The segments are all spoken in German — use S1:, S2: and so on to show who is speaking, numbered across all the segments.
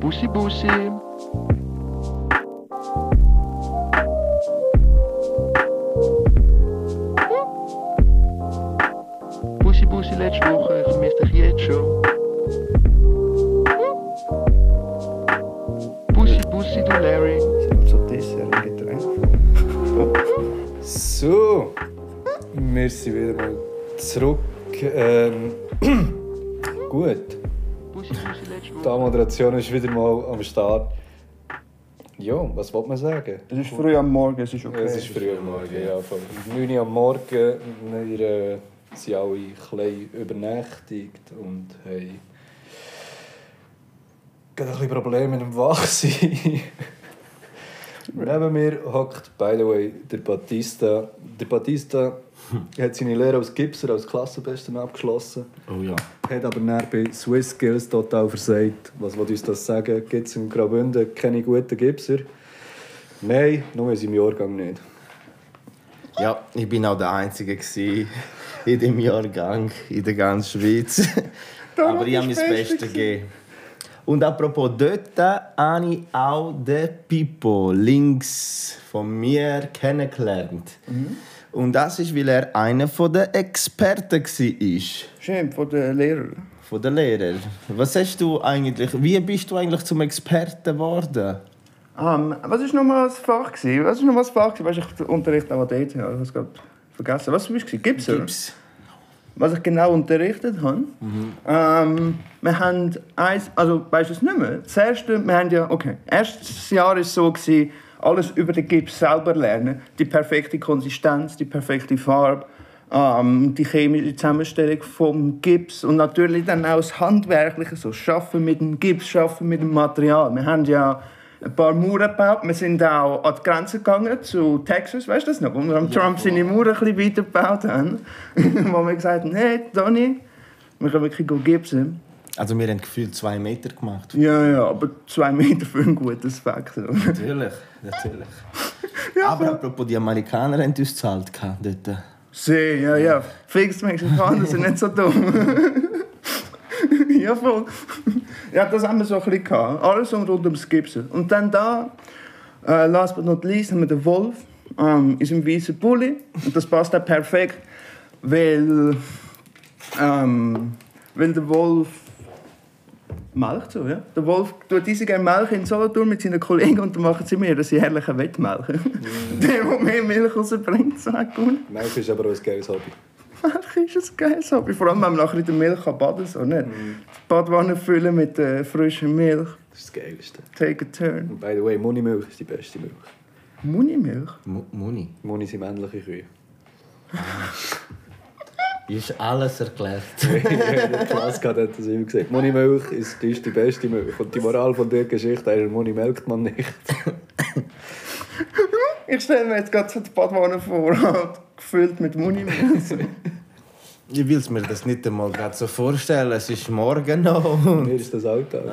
S1: Bussi Bussi. Bussi Bussi, let's nog eh, gemiste Gietjo. Bussi Bussi, doe Larry.
S2: So, das ist ein Getränk. So, wir sind wieder mal zurück. Ähm, gut,
S1: Bussi Bussi, let's
S2: die
S1: nog.
S2: Moderation ist wieder mal am Start. Ja, was wollte man sagen?
S3: Es ist früh am Morgen, es ist okay.
S2: Es ist früh am Morgen, ja. Von 9 Uhr am Morgen. Wir äh, sind alle ein bisschen übernächtigt und haben gerade ein bisschen Probleme mit dem Wachsein. Neben mir hockt, by the way, der Batista. Der Batista hat seine Lehre als Gipser, als Klassenbesten abgeschlossen.
S4: Oh ja.
S2: Hat aber dann bei Swiss Skills total versagt. Was will uns das sagen? Gibt es in Graubünden keine guten Gipser? Nein, nur in seinem Jahrgang nicht.
S4: Ja, ich bin auch der Einzige gsi in dem Jahrgang in der ganzen Schweiz. Aber ich habe mein Bestes gegeben. Und apropos dort habe ich auch den Pippo links von mir kennengelernt. Und das ist, weil er einer der Experten war.
S3: Schön, von den Lehrern.
S4: Von den Lehrern. Was hast du eigentlich, wie bist du eigentlich zum Experten geworden?
S3: Ähm, was war nochmal das Fach? Gewesen? Was war nochmal das Fach? Weißt du, ich den Unterricht auch dort habe. Ich habe es gerade vergessen. Was war es? Gips, oder?
S4: Gips.
S3: Was ich genau unterrichtet habe. Ähm, wir haben eins, also weißt du es nicht mehr? Das erste, wir haben ja, okay, erstes Jahr war es so, gewesen, alles über den Gips selber lernen. Die perfekte Konsistenz, die perfekte Farbe. ähm, die chemische Zusammenstellung vom Gips und natürlich dann auch das Handwerkliche, so Schaffen mit dem Gips, Schaffen mit dem Material. Wir haben ja ein paar Mauern gebaut, wir sind auch an die Grenze gegangen zu Texas, weißt du das noch, wo wir am Trump seine Mauern ein bisschen weiter gebaut haben, wo wir gesagt haben, hey Donny, wir können wirklich gut gipsen.
S4: Also wir haben gefühlt zwei Meter gemacht.
S3: Ja, ja, aber zwei Meter für ein gutes Faktor.
S4: Natürlich, natürlich. Aber apropos, die Amerikaner haben uns gezahlt gehabt dort. äh,
S3: Sehr, ja, ja. Fix Mexikaner sind nicht so dumm. ja, voll. Ja, das haben wir so ein bisschen gehabt. Alles um rund ums Gipsen. Und dann da, äh, last but not least, haben wir den Wolf ähm, in seinem weißen Pulli. Und das passt auch perfekt, weil, ähm, weil der Wolf melkt so, ja. Der Wolf tut diese gerne Milch in Solothurn mit seinen Kollegen und dann machen sie mir, dass sie herrliche Wettmelken. Der, der mehr Milch rausbringt, sagt gut.
S2: Milch ist aber auch ein geiles Hobby.
S3: Milch ist es geil so. Vor allem, wenn man nachher in der Milch kann baden kann. So, nicht? Die Badwanne füllen mit äh, frischer Milch.
S2: Das ist das Geilste.
S3: Take a turn.
S2: Und by the way, Munimilch ist die beste Milch.
S3: Munimilch?
S4: Mu- Muni.
S2: Muni sind männliche Kühe.
S4: Ist alles erklärt.
S2: In der Klasse gehabt, hat das immer gesagt. Munimilch ist, ist die beste Milch. Und die Moral von der Geschichte ist, Muni melkt man nicht.
S3: Ich stelle mir jetzt gerade so die Badwanne vor, halt, gefüllt mit Munimilch. So.
S4: Ich will mir das nicht einmal grad so vorstellen. Es ist morgen noch.
S2: Mir ist das Alltag.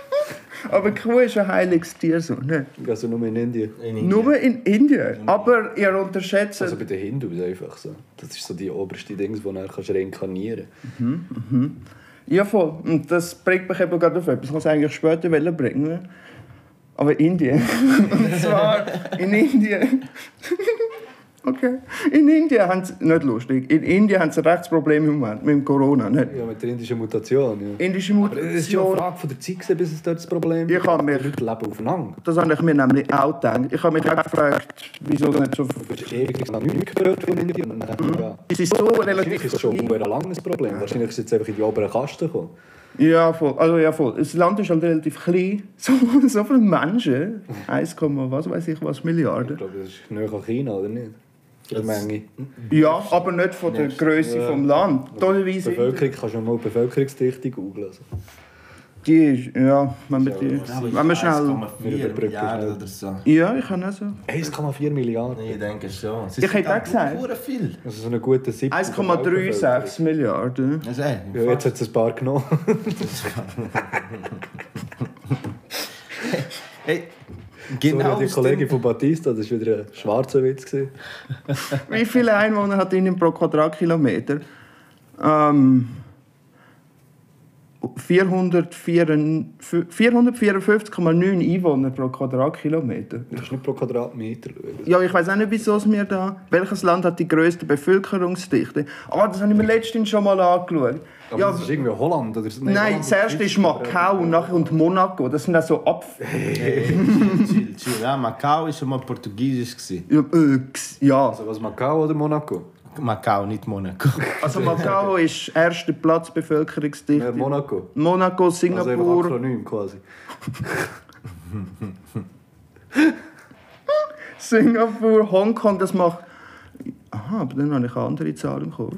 S3: Aber die Kuh ist ein heiliges Tier. So, nicht?
S2: Also nur in Indien.
S3: Nur in Indien. Aber ihr unterschätzt.
S2: Also bei den Hindus einfach so. Das ist so die oberste Dings, die du dann reinkarnieren kannst.
S3: Ja, voll. Und das bringt mich eben gerade auf etwas, was ich eigentlich später wollte bringen Aber Indien. Und zwar in Indien. Okay. In Indien haben sie, nicht lustig, in Indien haben sie ein Rechtsproblem im Moment mit dem Corona. Nicht?
S2: Ja, mit der indischen Mutation. Ja.
S3: Indische
S2: Aber es ist ja eine
S3: Mutation.
S2: Frage von der Zeit, gewesen, bis es dort das Problem
S3: Ich kann
S2: Die
S3: mich-
S2: Leute leben aufeinander.
S3: Das habe ich mir nämlich auch gedacht. Ich habe mich auch gefragt, wieso nicht so.
S2: Du hast ewig noch nichts gehört von Indien. Und dann, ja.
S3: Es ist so
S2: Wahrscheinlich ist
S3: relativ.
S2: es schon ein langes Problem. Wahrscheinlich ist es jetzt einfach in die oberen Kasten gekommen.
S3: Ja, voll. Also, ja, voll. Das Land ist halt relativ klein. So, so viele Menschen. 1, was weiß ich was, Milliarden.
S2: Ich glaube, das ist näher an China, oder nicht? Die Menge.
S3: Ja, aber nicht von der Größe
S2: Ja.
S3: vom Land.
S2: Die
S3: Teilweise.
S2: Bevölkerung kannst du mal die Bevölkerungsdichte googeln. Also.
S3: Die ist, ja, wenn wir die, wenn wir schnell.
S2: Wir überbrücken
S4: Milliarden
S2: schnell.
S4: oder so.
S3: Ja, ich kann auch so.
S2: 1,4 Milliarden.
S4: Ich denke schon. Sie
S3: Ich
S4: sind
S3: hätte auch gesagt.
S4: verdammt viel.
S2: Das ist so eine gute Sippe.
S3: 1,36 Milliarden.
S4: Also, ey,
S2: Ja, jetzt hat es ein paar genommen.
S4: hey,
S2: Genau.
S4: genau.
S2: die Kollegin von Batista, das war wieder ein schwarzer Witz. gewesen.
S3: Wie viele Einwohner hat Indien pro Quadratkilometer? Ähm, von 454,9 Einwohnern pro Quadratkilometer.
S2: Du kannst nicht pro Quadratmeter schauen.
S3: Ja, ich weiß auch nicht, wieso es mir da. Welches Land hat die größte Bevölkerungsdichte? Ah, das habe ich mir letztens schon mal angeschaut.
S2: Aber
S3: Ja,
S2: das ist irgendwie Holland oder so.
S3: nein,
S2: Holland
S3: das erste
S2: Schweiz,
S3: ist Macau und nachher und Monaco. Das sind also auch so Ab.
S4: Chill, chill. Ja, Macau war schon mal portugiesisch. gewesen.
S3: Ja, äh, x- ja.
S2: Also was Macau oder Monaco?
S4: Macau, nicht Monaco.
S3: Also Macau ist erster Platz
S2: Äh,
S3: Bevölkerungsdichte.
S2: Monaco.
S3: Monaco,
S2: Also einfach
S3: Singapur,
S2: Akronym quasi.
S3: Singapur, Hongkong, das macht. Aha, aber dann habe ich andere Zahlen im Kopf.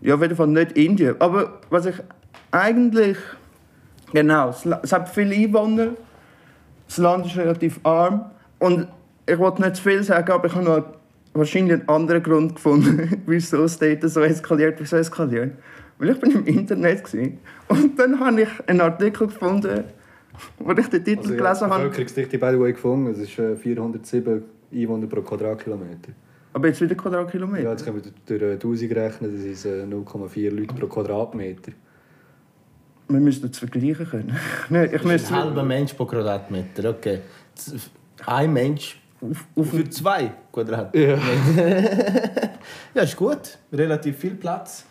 S3: Ja, auf jeden Fall nicht Indien. Aber was ich eigentlich. Genau, es la- es hat viele Einwohner. Das Land ist relativ arm. Und ich wollte nicht zu viel sagen, aber ich habe noch wahrscheinlich einen anderen Grund gefunden, wieso es dort so eskaliert, wieso eskaliert. Weil ich bin im Internet gsi und dann habe ich einen Artikel gefunden, wo ich den Titel
S2: Also ich
S3: gelesen
S2: habe die
S3: habe.
S2: Bevölkerungsdichte by the way gefunden. Es ist äh, 407 Einwohner pro Quadratkilometer.
S3: Aber jetzt wieder Quadratkilometer.
S2: Ja, jetzt können wir durch äh, 1000 rechnen. Das ist äh, 0,4 Leute pro Quadratmeter.
S3: Wir müssen es vergleichen können. Nein, ich
S4: Ein
S3: müsste
S4: halber Mensch pro Quadratmeter, okay. Z- Ein Mensch
S3: auf, auf
S4: für zwei Quadratmeter.
S2: Ja.
S4: Ja, ist gut. Relativ viel Platz.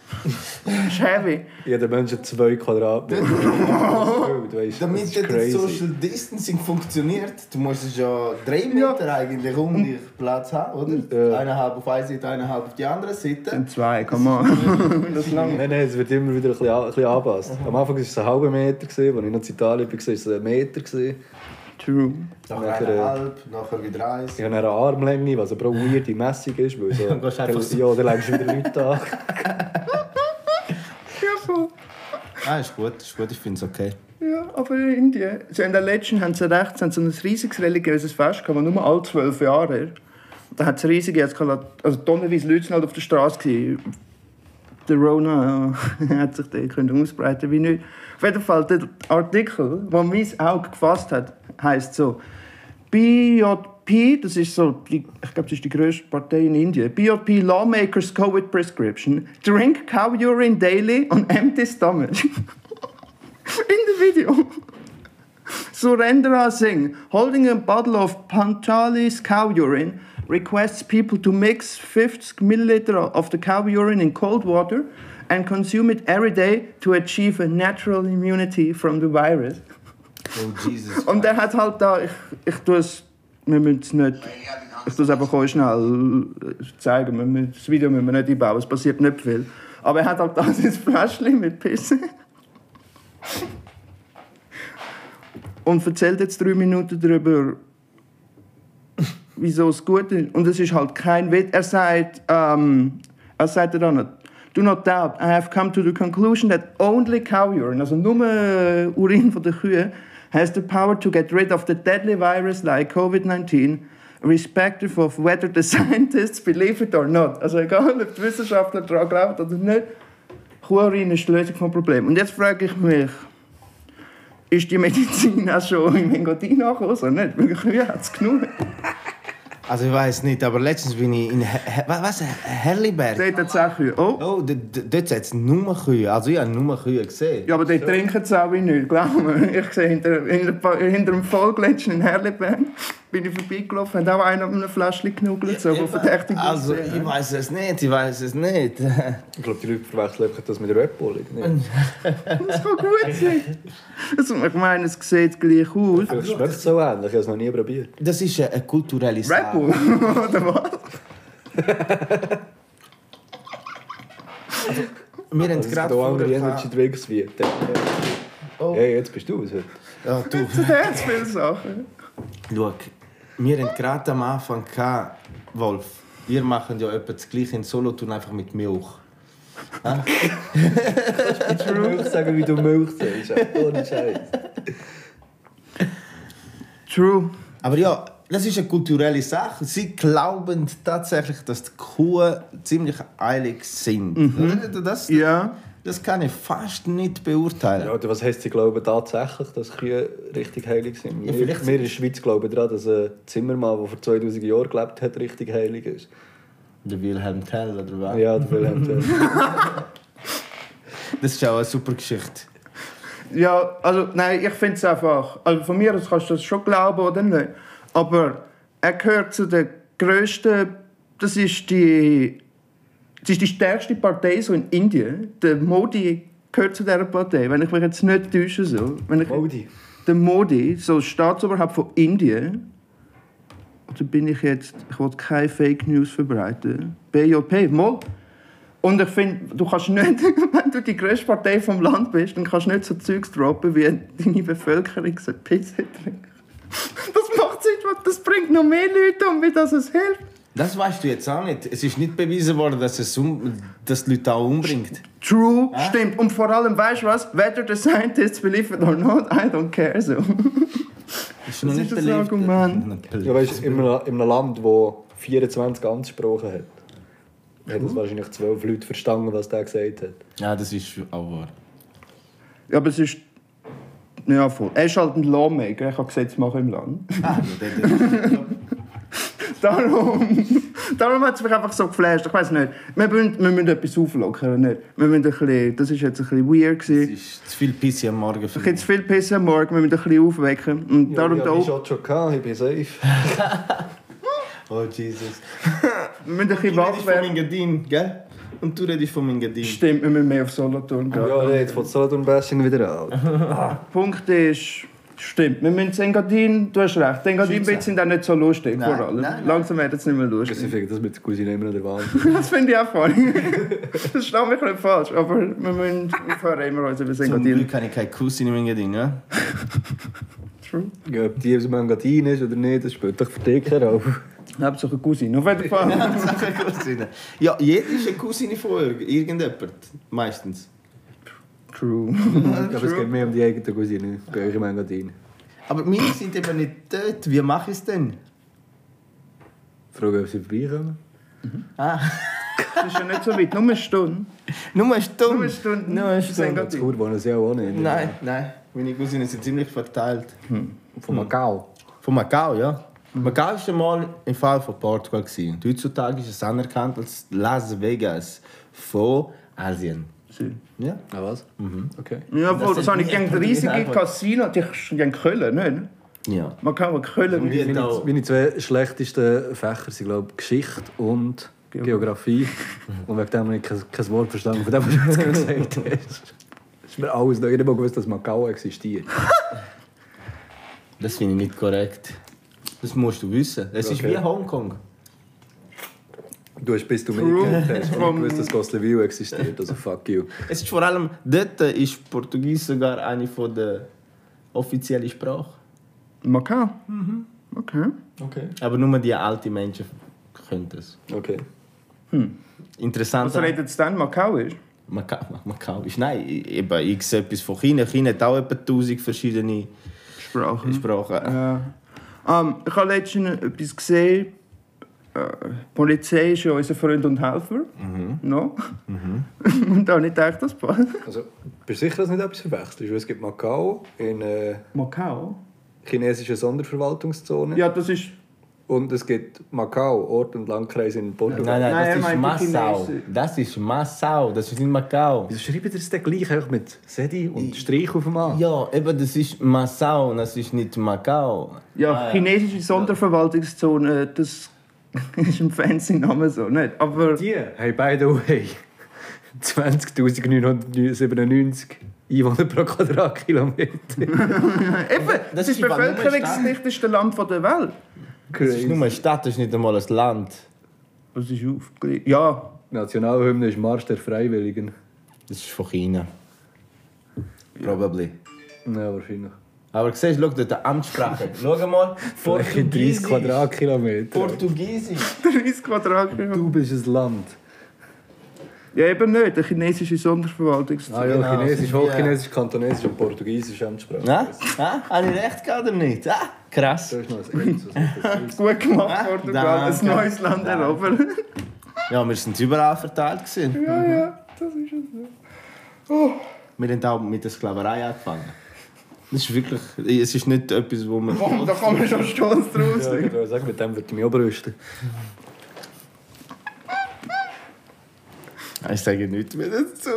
S3: ist heavy.
S2: Jeder Mensch hat 2 Quadratmeter. Das ist wild, weisst du, das
S4: Damit
S2: ist
S4: das
S2: crazy.
S4: Social Distancing funktioniert, du musst ja äh, drei Meter eigentlich um dich Platz haben, oder?
S2: Ja.
S4: Eineinhalb auf eine Seite, eineinhalb auf die andere Seite.
S3: Sind zwei, komm on. Das ist lange.
S2: Nein, nein, es wird immer wieder ein bisschen, an- ein bisschen angepasst. Am Anfang war es ein halber Meter, als ich noch in Italien war, war es ein Meter. gewesen.
S3: True.
S4: Nachher äh,
S2: Nachher,
S4: eineinhalb, nachher wieder eins.
S2: Ich habe eine Armlänge, was aber auch eine weirde Messung ist. Weil so,
S4: Dann gehst du einfach so.
S2: Ja, dann längst du wieder Leute an.
S3: Ja, voll.
S4: Ah, ist gut, ist gut, ich finde es okay.
S3: Ja, aber in Indien. Sie haben ja letztens haben sie recht, sie haben so ein riesiges religiöses Fest gehabt, das nur alle zwölf Jahre ist. Da hat es riesige Eskalat also tonnenweise Leute sind halt auf der Straße gewesen. Der Rona äh, hat sich da können ausbreiten wie nicht. Auf jeden Fall, der Artikel, der mein Auge gefasst hat, heisst so, BJP, das ist so, die, ich glaube, das ist die grösste Partei in Indien. BJP Lawmakers COVID Prescription. Drink cow urine daily on empty stomach. in the video. Surendra Singh, holding a bottle of Panchali's cow urine, requests people to mix 50 milliliter of the cow urine in cold water and consume it every day to achieve a natural immunity from the virus.
S4: Oh, Jesus.
S3: Und der hat halt da, ich, ich tue es, wir müssen es nicht, ich tue es einfach euch schnell zeigen, wir müssen, das Video müssen wir nicht einbauen, es passiert nicht viel. Aber er hat halt da sein Fläschchen mit Pisse. Und erzählt jetzt drei Minuten darüber, wieso es gut ist. Und es ist halt kein Witz. Er sagt, ähm, er sagt er dann, do not doubt, I have come to the conclusion that only cow urine, also nur äh, Urin von der Kühe, has the power to get rid of the deadly virus like COVID-19, respective of whether the scientists believe it or not. Also egal, ob die Wissenschaftler daran glauben oder nicht, Kuhurin ist die Lösung vom Problem. Und jetzt frage ich mich, ist die Medizin auch schon im Engadin angekommen oder nicht? Weil Kühe hat es genug.
S4: Also ich weiß nicht, aber letztens bin ich in He He was, was Herliberg.
S3: Dort hat es auch Kühe. Oh,
S4: Oh, d- d- dort hat es nur Kühe. Also ich habe nur Kühe gesehen.
S3: ja, aber dort trinken sie auch wie nicht, glaub mir. Ich sehe hinter, hinter, pa- hinter dem Vollgletscher in Herlebern, bin ich vorbeigelaufen, hat auch einer mit einem Fläschchen genugelt, so, wo verdächtig
S4: also
S3: aussehen.
S4: ich weiß es nicht, ich weiß es nicht.
S2: Ich glaube, die Leute verwechseln einfach das mit Red Bull. nicht?
S3: Das kann gut sein. Also, ich meine, es sieht gleich aus.
S2: Vielleicht schmeckt es so ähnlich, ich habe es noch nie probiert.
S4: Das ist eine, eine kulturelle Sache.
S3: Red Bull, oder was?
S4: Wir haben
S2: Also, es gibt
S4: gerade
S2: auch andere
S4: vorher
S2: Energy
S4: gehabt-
S2: Drinks wie der.
S4: Oh.
S2: Hey, jetzt bist du es heute.
S4: Ja, du.
S3: Das hat viele Sachen.
S4: Schau, wir haben gerade am Anfang gehabt, Wolf, wir machen ja etwa das gleiche in Solo, tun einfach mit Milch.
S2: Milch sagen, wie du Milch sagst. Ohne Scheiß.
S3: True.
S4: Aber ja, das ist eine kulturelle Sache. Sie glauben tatsächlich, dass die Kuh ziemlich eilig sind. Das, das,
S3: Ja.
S4: das kann ich fast nicht beurteilen.
S2: Ja, oder was heisst, sie glauben tatsächlich, dass Kühe richtig heilig sind?
S4: Ja,
S2: wir,
S4: vielleicht-
S2: wir in der Schweiz glauben daran, dass ein Zimmermann, der vor 2000 Jahren gelebt hat, richtig heilig ist.
S4: Der Wilhelm Tell oder was?
S2: Ja, der Wilhelm Tell.
S4: Das ist auch eine super Geschichte.
S3: Ja, also nein, ich finde es einfach. Also von mir aus kannst du das schon glauben oder nicht. Aber er gehört zu den grössten. Das ist die, das ist die stärkste Partei so in Indien. Der Modi gehört zu dieser Partei. Wenn ich mich jetzt nicht täusche, so. Wenn ich,
S2: Modi.
S3: Der Modi, so Staatsoberhaupt von Indien. Oder bin ich jetzt. Ich wollte keine Fake News verbreiten. BJP, mal. Und ich finde, du kannst nicht, wenn du die grösste Partei vom Land bist, dann kannst du nicht so Zeugs droppen, wie deine Bevölkerung so Pizza trinkt. Das macht sich, das bringt noch mehr Leute um, wie das es hilft.
S4: Das weißt du jetzt auch nicht. Es ist nicht bewiesen worden, dass es um, dass die Leute auch umbringt.
S3: True, stimmt. Und vor allem, weißt du was? Whether the scientists believe it or not, I don't care so.
S4: Ist noch
S3: Das
S4: nicht
S3: ist ein
S4: belegt.
S3: Argument.
S2: Ja, weißt, in, einem, in einem Land, wo 24 Amtssprachen hat, hat
S4: Uh.
S2: das wahrscheinlich zwölf Leute verstanden, was der gesagt hat.
S4: Ja, das ist auch wahr.
S3: Ja, aber es ist. Ja, voll. Er ist halt ein Lawmaker, er kann Gesetze machen im Land.
S4: Also,
S3: Darum, darum hat es mich einfach so geflasht. Ich weiß nicht. Wir müssen, wir müssen etwas auflockern. Nicht? Wir müssen ein bisschen, das war jetzt ein bisschen weird.
S4: Es
S3: Gewesen.
S4: ist zu viel Pisse am Morgen für
S3: Ich habe zu viel Pisse am Morgen, wir müssen ein bisschen aufwecken. Und
S2: Ja,
S3: darum
S2: ich
S3: da
S2: habe
S3: oben,
S2: schon schon gehabt, ich bin safe.
S4: Oh, Jesus.
S3: wir müssen ein bisschen
S4: Du redest
S3: wach
S4: von
S3: werden.
S4: Engadin, gell? Und du redest von Engadin.
S3: Stimmt, wir müssen mehr auf Solothurn gehen.
S2: Ja, nee, jetzt fängt Southern-Bashing wieder an.
S3: Punkt ist, stimmt, wir müssen Engadin, du hast recht, die Engadin-Bits sind auch nicht so lustig,
S4: Nein,
S3: vor allem.
S4: nein, nein.
S3: Langsam werden es nicht mehr
S2: Das
S3: lustig.
S2: ist das mit Cousin immer der Wahnsinn.
S3: Das finde ich auch funny. das steht mich nicht falsch, aber wir müssen aufhören, immer uns über
S4: Zum
S3: Engadin.
S4: Glück habe ich keine Cousine im Engadin, ja?
S2: Ja, ob die aus dem Engadin ist oder nicht, das spielt doch für dich keine Rolle.
S3: Hauptsache Cousine, auf jeden Fall.
S4: Sache Cousine. Ja, jeder ist eine Cousine von euch. Irgendjemand. Meistens.
S3: True.
S2: Aber es geht mehr um die eigene Cousine bei euch im Engadin.
S4: Aber meine sind eben nicht dort. Wie mache ich es denn?
S2: Frage, ob sie vorbeikommen.
S3: Das ist ja nicht so weit, nur eine Stunde.
S4: Nur eine Stunde.
S3: Nur eine Stunde.
S4: Nur eine Stunde.
S2: Das Kur wohnen sie auch nicht.
S4: Nein, nein. Meine Cousinen sind ziemlich verteilt.
S2: Von Macau.
S4: Von Macau, ja. Macau war mal im Fall von Portugal. gewesen. Und heutzutage ist es anerkannt als Las Vegas von Asien. Ja?
S2: Ah, was? Mhm. Okay.
S3: Ja, voll, das
S4: ist
S3: habe ich
S4: nie
S3: gegen
S4: einfach-
S3: riesige
S4: einfach-
S3: Casino, die gegen Köln, nicht?
S4: Ja.
S3: Man kann auch Köln
S4: Wir-
S3: mit
S2: Meine, meine zwei schlechtesten Fächer sind, glaube ich, Geschichte und Geografie. und wegen dem habe ich kein, kein Wort verstanden, von dem, was du jetzt gerade gesagt hast. Es ist mir alles neu. Ich habe nicht mal gewusst, dass Macau existiert.
S4: Das finde ich nicht korrekt. Das musst du wissen. Es ist
S2: Okay.
S4: wie Hongkong.
S2: Du hast bis du mich
S3: True.
S2: gekannt hast, habe ich
S3: From-
S2: gewusst, dass Gosleville existiert. Also fuck you.
S4: Es ist vor allem, dort ist Portugies sogar eine von der offiziellen Sprache.
S3: Macau.
S4: Mhm.
S3: Okay.
S2: Okay.
S4: Aber nur die alten Menschen können das.
S2: Okay.
S4: Interessant.
S3: Was redet jetzt dann Macau ist?
S4: Macau, Macau ist nein, eben, ich sehe etwas von China. China hat auch etwa 1000 verschiedene
S3: Sprache.
S4: Sprachen.
S3: Ja. Ähm, ich habe letztens etwas gesehen. Äh, die Polizei ist ja unser Freund und Helfer. No? und da habe ich gedacht, das passt.
S2: Also, bist du sicher, dass du nicht etwas verwechselst? Weil es gibt Macau in äh,
S3: Macau?
S2: chinesischer Sonderverwaltungszone
S3: Ja, das ist.
S2: und es gibt Macau, Ort und Landkreis in Portugal.
S4: Nein, nein,
S3: Nein, er
S4: das ist
S3: meint die
S4: Massau.
S3: Chinesen.
S4: Das ist Massau, das ist nicht Macau.
S2: Wieso schreibt ihr das denn gleich einfach mit Sedi und Strich auf dem A?
S4: Ja, eben, das ist Massau, das ist nicht Macau.
S3: Ja,
S4: Ah, ja.
S3: chinesische Sonderverwaltungszone, das ist ein fancy Name so, nicht? Aber.
S2: Die, hey, by the way, 20.997 Einwohner pro Quadratkilometer.
S3: Eben, das, ist das
S4: ist aber nur
S3: bevölkerungsdichteste Land von der Welt.
S4: Das ist nur eine Stadt, das ist nicht einmal ein Land.
S3: Das ist aufgelegt. Ja,
S2: Nationalhymne ist Marsch der Freiwilligen.
S4: Das ist von China. Probably.
S2: Ja, wahrscheinlich.
S4: Aber siehst du, schau dort, die Amtssprache. schau mal,
S2: Fläche 30
S4: Portugiesisch.
S2: Quadratkilometer.
S4: Portugiesisch.
S3: 30 Quadratkilometer.
S2: Du bist ein Land.
S3: Ja, eben nicht, eine chinesische Sonderverwaltungszone.
S2: Ah ja,
S4: Genau,
S2: Chinesisch,
S4: sind wir-
S2: Hochchinesisch, Kantonesisch und Portugiesisch Amtssprache.
S4: Ja? Ja? Habe ich recht gehabt oder nicht? Ah, krass.
S2: Da ist noch ein Ende, so sagt das aus.
S3: Gut gemacht,
S4: Ah,
S3: Portugal.
S4: danke.
S3: Ein neues Land
S4: Danke.
S3: erobern.
S4: Ja, wir sind überall verteilt. Gewesen.
S3: Ja, ja, das ist es.
S4: Wir haben auch mit der Sklaverei angefangen. Das ist wirklich, es ist nicht etwas, wo man...
S3: Boom, da kann man schon stolz drauf
S2: Ja,
S3: sein.
S2: ich würde sagen, mit dem würde ich mich auch brüsten.
S4: Ich sage nichts mehr dazu.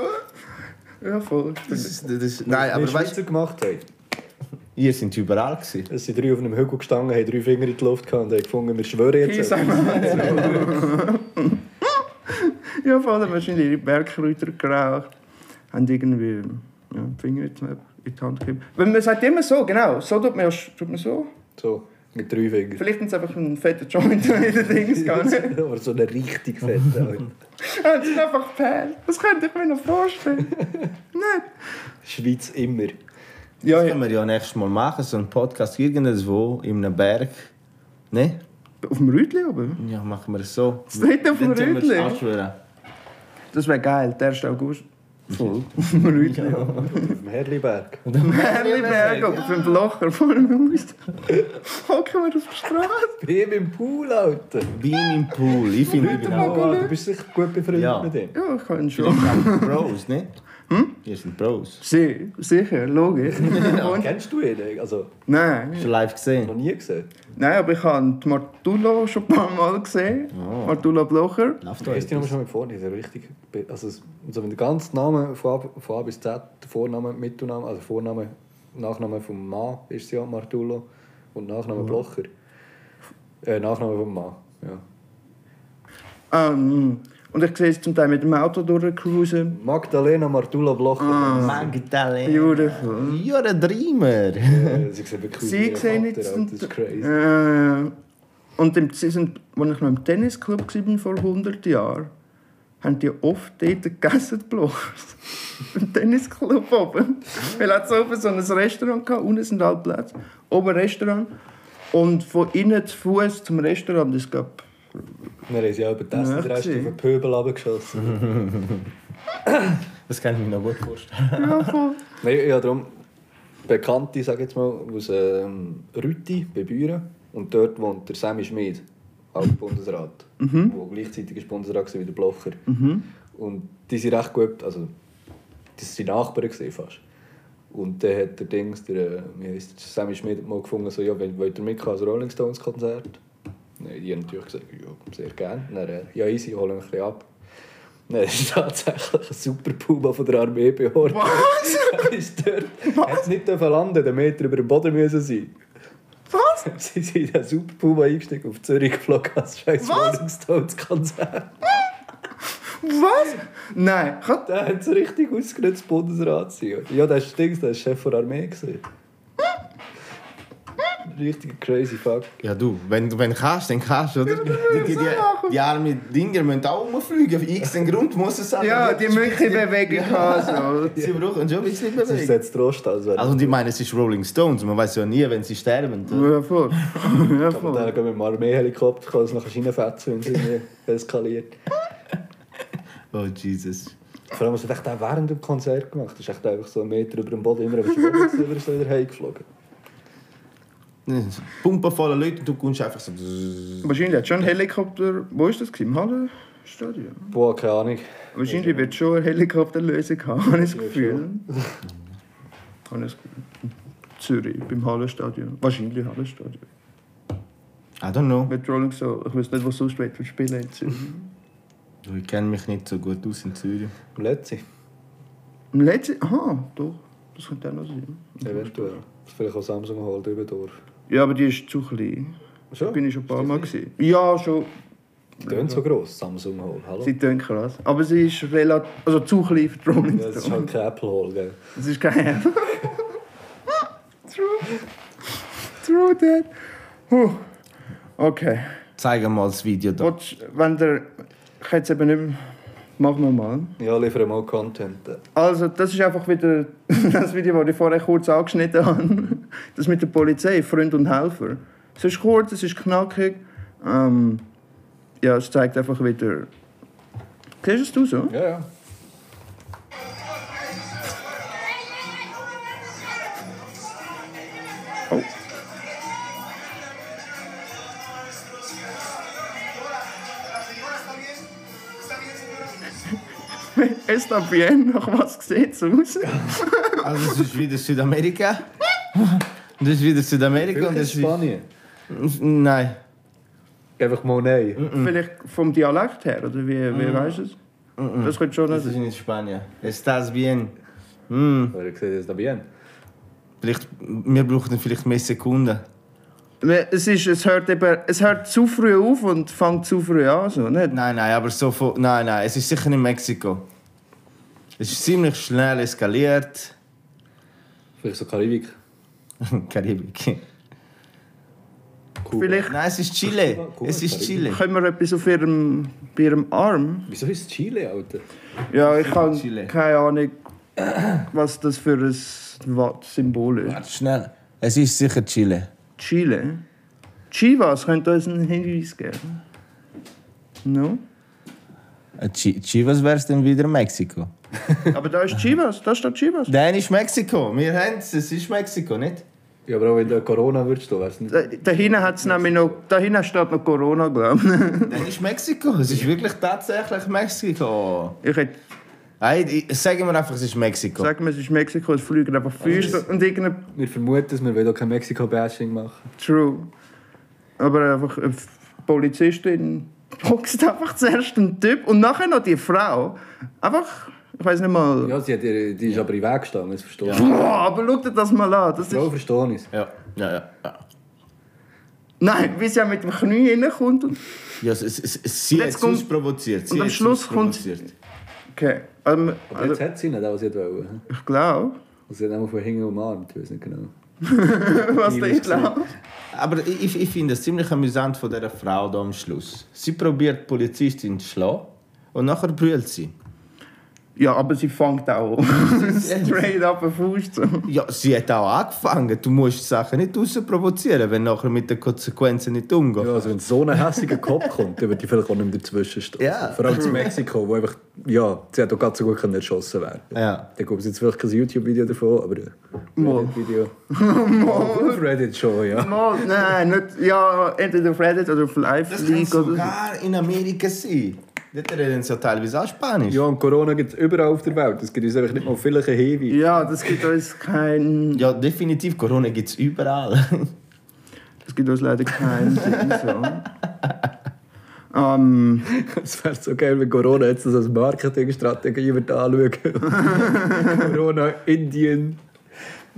S3: Ja, voll.
S4: Das ist, das ist, nein,
S2: Wir
S4: aber weißt
S2: Schweizer gemacht haben.
S4: du, ihr seid überall gewesen.
S2: Es sind drei auf einem Hügel gestanden, haben drei Finger in die Luft gehabt und haben gefunden, wir schwören jetzt.
S3: Peace, I'm Ja, vor allem wahrscheinlich ihre Bergkräuter geraucht. Haben irgendwie ja, die Finger in die in die Hand gegeben. Weil man sagt immer so, genau. So tut man, ja sch- tut man so.
S2: So, mit drei Fingern.
S3: Vielleicht haben sie einfach einen fetten Joint in den Dings gegangen.
S2: Aber so eine richtig fette.
S3: Haben sie einfach verpeilt. Das könnte ich mir noch vorstellen. Nicht?
S2: Schweiz immer.
S3: Ja,
S4: Das können wir ja nächstes Mal machen, so einen Podcast irgendwo in einem Berg. Ne?
S3: Auf dem Rütli aber.
S4: Ja, machen wir es so.
S3: Das dritte auf dem
S4: Dann tun wir es
S3: Rütli.
S4: anschwören.
S3: Das wäre geil, der 1. August. Voll. Auf dem Rütli. Ja.
S2: Auf dem Herliberg.
S3: Berg oder fünf Locher vor dem Haus. Hocken wir auf der Straße.
S2: Bei ihm im Pool, Alter.
S4: Bean im Pool. Ich finde, ich bin auch.
S2: Oh, du bist sicher gut befreundet
S4: Ja.
S2: mit ihm.
S3: Ja, ich kann
S4: Ihr
S3: schon.
S4: seid Bros, ne? Hm? Ihr seid Bros.
S3: Sie, sicher, logisch. Und-
S2: Kennst du ihn? Also,
S3: Nein,
S4: Schon live
S2: noch
S4: gesehen.
S2: nie gesehen.
S3: nein, aber ich habe die Martullo schon ein paar Mal gesehen.
S4: Oh,
S3: Martullo Blocher.
S4: Läuft
S2: Du hast die Nummer schon mal vorne, der richtig. be- Also, es- also wenn der ganze Name von A, von A bis Z, der Vorname, Mittelname, also Vorname, Nachname vom Mann ist ja Martullo und Nachname Blocher. Äh, Nachname vom Mann, ja.
S3: Ähm, und ich sehe es zum Teil mit dem Auto durchcruisen.
S2: Magdalena Martullo Blocher.
S3: Ah.
S4: Magdalena.
S3: Beautiful.
S4: You're a dreamer.
S2: Äh, sie sehen wirklich aus wie
S3: Sie
S2: ein
S3: sehen
S2: Vater,
S3: jetzt...
S2: Alter, Das ist crazy.
S3: Äh, und im, sie sind, als ich noch im Tennisclub war vor 100 Jahren, haben die oft dort gegessen, die Blochers. Im Tennisclub oben. Weil es oben so ein Restaurant gehabt, unten sind alle Plätze, oben Restaurant. Und von innen zu Fuß zum Restaurant, das gab
S2: Wir haben sie auch über das
S3: Nicht
S2: den Rest auf
S3: gesehen.
S2: den Pöbel abgeschossen.
S4: Das kann ich mir noch gut vorstellen.
S2: Nein, ja, darum Bekannte, sag ich jetzt mal, aus ähm, Rütti bei Büren. Und dort wohnt der Sammy Schmid, auch Bundesrat. Wo gleichzeitig ist Bundesrat war wie der Blocher. Und die sind recht gut, also das waren Nachbarn gewesen fast. Und dann hat der Dings, der, äh, wie heisst der Sammy Schmid, mal gefunden, so, ja, wollt wollt ihr mitkommen als Rolling Stones Konzert? Nein, die haben natürlich gesagt, ja, sehr gerne. Dann, äh, ja, easy, holen wir ein bisschen ab. Nein, das ist tatsächlich ein super Puma von der Armee behortet. Was? Er ist dort. Er hat nicht dürfen landen, den Meter über dem Boden müssen sein.
S3: Was?
S2: Sie sind in den super Puma eingestiegen auf Zürich geflogen als scheiß
S3: Was?
S2: Rolling Stones Konzert.
S3: Was? Nein, ich hab-
S2: Der hat es richtig ausgenutzt, Bundesrat zu sein. Ja, das ist Dings, der war Chef der Armee. gewesen. Richtig crazy fuck.
S4: Ja, du, wenn du wenn du kannst, dann kannst du, oder? Die, die, die, die armen Dinger müssen auch rumfliegen. Auf irgendeinen Grund muss es sein.
S3: ja, die Münchbewegung haben so.
S4: Sie brauchen schon ein bisschen
S2: Das ist
S4: bewegen.
S2: jetzt Trost, als wenn.
S4: Also, und ich meine, es ist Rolling Stones. Man weiß ja nie, wenn sie sterben.
S3: Ja, voll. Ja,
S2: Und
S3: voll.
S2: dann gehen wir mit dem Armeehelikopter, kann es nachher reinfetzen, wenn es irgendwie eskaliert.
S4: Oh, Jesus.
S2: Vor allem, es hat echt auch während dem Konzert gemacht. Es ist echt einfach so einen Meter über dem Boden immer ein Schwung über so wieder heimgeflogen.
S4: Pumpen voller Leute und du kommst einfach so. Nein,
S3: Wahrscheinlich hat schon ein Helikopter. Wo ist das? gewesen? Im Hallenstadion?
S2: Boah, keine Ahnung.
S3: Wahrscheinlich wird schon eine Helikopterlösung haben, habe ich das Gefühl. Habe ich das Gefühl. Zürich, beim Hallenstadion. Wahrscheinlich Hallenstadion.
S4: I don't know.
S3: Mit Rolling Stones, ich weiß nicht, was sonst wird spielen in Zürich.
S2: Mhm.
S4: Du, Ich kenne mich nicht so gut aus in Zürich.
S2: Im Letzten,
S3: Im letzten... Aha, doch. Das könnte auch noch sein.
S2: eventuell. Vielleicht auch Samsung Hall Dübendorf.
S3: Ja, aber die ist zu klein.
S2: Schon?
S3: Bin ich schon ein paar Mal gesehen. Ja, schon.
S2: Die Tönt so gross, Samsung Hall. Hallo?
S3: Sie tönt krass. Aber sie ist relativ... Also zu klein für die Rolling
S2: Ja, das ist
S3: Stones.
S2: halt kein Apple Hall, gell?
S3: Das ist geil. True. True, Dad. Huh. Okay.
S4: Zeig mal das Video da.
S3: Watch, wenn der. Ich hätte es eben nicht mehr. Machen wir mal.
S2: Ja, liefern mal Content.
S3: Also, das ist einfach wieder das Video, das ich vorher kurz angeschnitten habe. Das mit der Polizei, Freund und Helfer. Es ist kurz, es ist knackig. Ähm, ja, es zeigt einfach wieder. Siehst du es so?
S2: Ja, ja.
S3: Oh. Está bien, nach was sieht es aus?
S4: Also, das ist wieder Südamerika. Das ist wieder Südamerika und
S2: In
S4: das ist.
S2: Spanien.
S4: Nein.
S2: Einfach mal nein.
S3: Vielleicht vom Dialekt her, oder wie, wie weißt du es? Das könnte schon
S4: Das ist
S3: sein.
S4: in Spanien. Estás bien.
S2: Mm. Oder sieht das da bien?
S4: Vielleicht, wir brauchen vielleicht mehr Sekunden.
S3: Es, ist, es, hört eben, es hört zu früh auf und fängt zu früh an. So, ne? nicht?
S4: Nein, nein, aber so von, Nein, nein, es ist sicher in Mexiko. Es ist ziemlich schnell eskaliert.
S2: Vielleicht so Karibik.
S4: Karibik.
S2: Kuba.
S3: Vielleicht
S4: Nein, es ist Chile. Es ist Chile.
S3: können wir etwas auf ihrem, bei ihrem Arm.
S2: Wieso ist Chile, Alter?
S3: Ja, ich
S4: Chile.
S3: habe keine Ahnung, was das für ein Wa- Symbol ist.
S4: Warte, Schnell. Es ist sicher Chile.
S3: Chile. Chivas könnte uns einen Hinweis geben. No?
S4: Äh, Chi- Chivas wär's dann wieder Mexiko.
S3: Aber da ist Chivas, da steht Chivas.
S4: Nein, ist Mexiko. Wir haben's. Es ist Mexiko, nicht?
S2: Ja, aber auch wenn du Corona würdest, du wärst nicht.
S3: Da, da hinten hat's nämlich noch, da hinten steht noch Corona, glaube
S4: Dann ist Mexiko. Es ist wirklich tatsächlich Mexiko.
S3: ich. Ich hätte
S4: Nein, ich- sagen wir einfach, es ist Mexiko.
S3: gesagt, es ist Mexiko, es fliegen einfach Füße und irgendein
S2: Wir vermuten es, wir wollen auch kein Mexiko-Bashing machen.
S3: True. Aber einfach eine F- Polizistin boxt einfach zuerst einen Typ und nachher noch die Frau. Einfach, ich weiß nicht mal.
S2: Ja, sie hat ihre, die ist aber im Weg gestanden, das verstehe ich.
S3: Boah, aber schau dir das mal an. Das
S2: Die
S3: ist,
S2: Frau verstehe ich.
S4: Ja, ja, ja. ja.
S3: nein, wie sie ja mit dem Knie reinkommt. Und,
S4: ja es, es, es, sie
S3: Und
S4: hat
S3: jetzt
S4: es
S3: kommt-
S4: uns provoziert. Sie
S3: und am
S4: hat's
S3: Schluss
S4: uns
S3: kommt-
S4: provoziert.
S3: okay. Ähm,
S2: Aber jetzt
S3: also,
S2: hat sie nicht auch, was sie wollte.
S3: ich glaube,
S2: Und sie hat einmal von hinten umarmt, ich weiß nicht genau.
S3: was da ist. glaub.
S4: Aber ich, ich- ich finde es ziemlich amüsant von dieser Frau da am Schluss. Sie probiert die Polizistin zu schlagen und nachher brüllt sie.
S3: Ja, aber sie fängt auch an. straight up einen Fuß zu.
S4: Ja, sie hat auch angefangen. Du musst die Sachen nicht raus provozieren, wenn du nachher mit den Konsequenzen nicht umgehst.
S2: Ja, also wenn so ein hässiger Kopf kommt, dann würde ich vielleicht auch nicht mehr dazwischen stehen.
S4: Ja.
S2: Vor allem zu Mexiko, wo einfach, ja, sie hätte auch ganz so gut können erschossen werden
S4: Ja.
S2: Da gibt es jetzt vielleicht kein YouTube-Video davon, aber ein
S3: Mal.
S2: Reddit-Video. Mal. Auf Reddit schon, ja.
S3: Mal, nein, nicht. Ja, entweder auf Reddit oder auf Live
S4: Das kann
S3: League oder so.
S4: sogar in Amerika sein. Dort reden sie ja teilweise auch Spanisch.
S2: Ja, und Corona gibt es überall auf der Welt. Es gibt uns einfach nicht mal vielleicht einen Hinweis.
S3: Ja, das gibt uns keinen.
S4: Ja, definitiv. Corona gibt es überall.
S3: Es gibt uns leider keinen Sinn. So. Ähm,
S2: Es wäre so geil, wenn Corona jetzt das als Marketingstrategie wird anschauen Corona, Indien,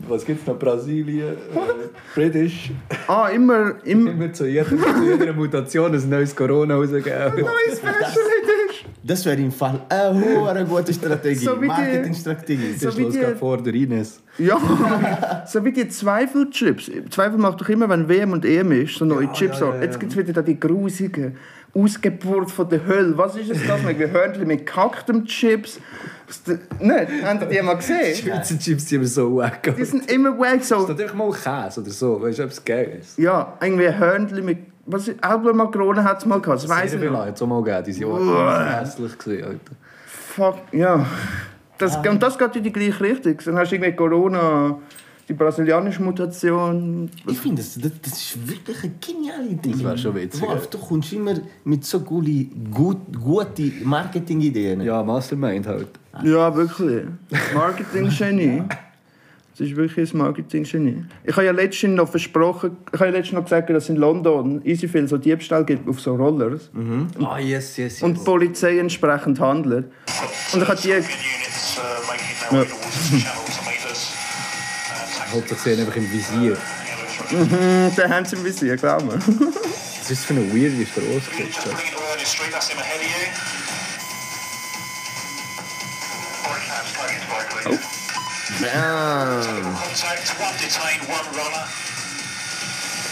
S2: was gibt's noch? Brasilien, äh, British.
S3: ah, immer, immer.
S2: Immer zu jeder, zu jeder Mutation ein neues Corona rausgeben.
S3: Neues Special
S4: Das wäre im Fall eine hure gute Strategie.
S3: So wie die-
S4: Marketingstrategie.
S2: Das
S3: so wie
S2: ist
S3: die-
S2: gerade vor der Ines.
S3: Ja, so wie die Zweifelchips. Zweifel macht doch immer, wenn WM und EM ist, so neue Chips.
S2: ja,
S3: an.
S2: ja,
S3: Jetzt gibt es wieder da die grusigen Ausgeburt von der Hölle. Was ist es das? mit Hörnchen mit gekacktem Chips. Was de- Nicht? Habt ihr die mal gesehen?
S2: Schweizer Chips sind immer so wack.
S3: Genau. Die
S2: Das ist
S3: sind immer weg so.
S2: natürlich mal Käse oder so, weißt du, etwas Geiles.
S3: Ja, irgendwie Hörnchen mit. Was ist? Albermakrone hat es mal gehabt. Das weiß ich nicht.
S2: Hat es auch mal gegeben, die waren hässlich. gewesen, Alter.
S3: Fuck, ja. Das, Und das geht in die gleiche Richtung. Dann hast du irgendwie Corona, die brasilianische Mutation.
S4: Ich finde, das, das, das ist wirklich eine geniale Idee. Das
S2: wär schon witzig,
S4: Wolf, du kommst immer mit so gute, gut, gute Marketingideen.
S2: Ja, Mastermind halt.
S3: Ja, wirklich. Marketing-Genie. Das ist wirklich ein Marketing-Genie. Ich habe ja letztens noch versprochen, ich habe ja letztens noch gesagt, dass in London easy viel so Diebstahl gibt auf so Rollers.
S2: Ah, yes, yes, yes.
S3: Und die Polizei entsprechend handelt. Und ich habe die...
S5: units uh, making their way towards the channel to meet us.
S2: Hauptsache sie haben einfach im Visier.
S3: Hm, Den haben sie im Visier, glaub mir.
S2: Was ist das für eine weirde Straße? gewesen, Alter?
S5: Bring it to Ernest Street, that's him ahead of you. Orange tabs, plug into bike, please.
S4: Bam.
S5: Contact, one detained, one runner.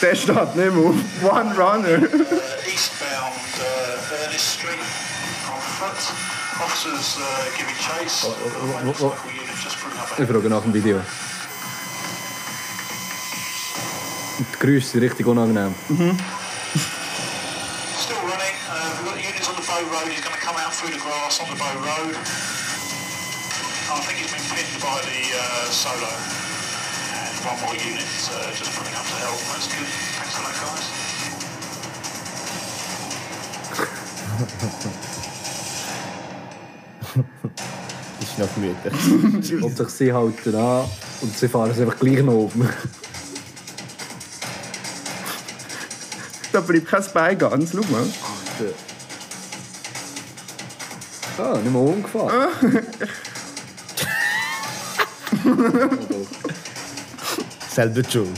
S3: Der steht nicht mehr auf. One Runner.
S5: Uh, eastbound uh, Ernest Street on foot. Officers uh, giving chase.
S2: oh, oh, oh.
S5: Units just pulling up
S2: Ich
S5: ahead.
S2: frage nach dem Video. Die Geräusche sind richtig unangenehm.
S5: Still running. Uh, we've got units on the Bow Road. He's going to come out through the grass on the Bow Road. I think he's been pinned by the uh, solo. And one more unit uh, just pulling up to help. That's good. Thanks a lot, guys.
S4: Ist noch gemütlich.
S2: Und sich sie halten an und sie fahren es einfach gleich nach oben.
S3: Da bleibt kein Bein ganz. Schau mal. Ah.
S2: Ah, nicht mal umgefahren.
S4: Selber schuld.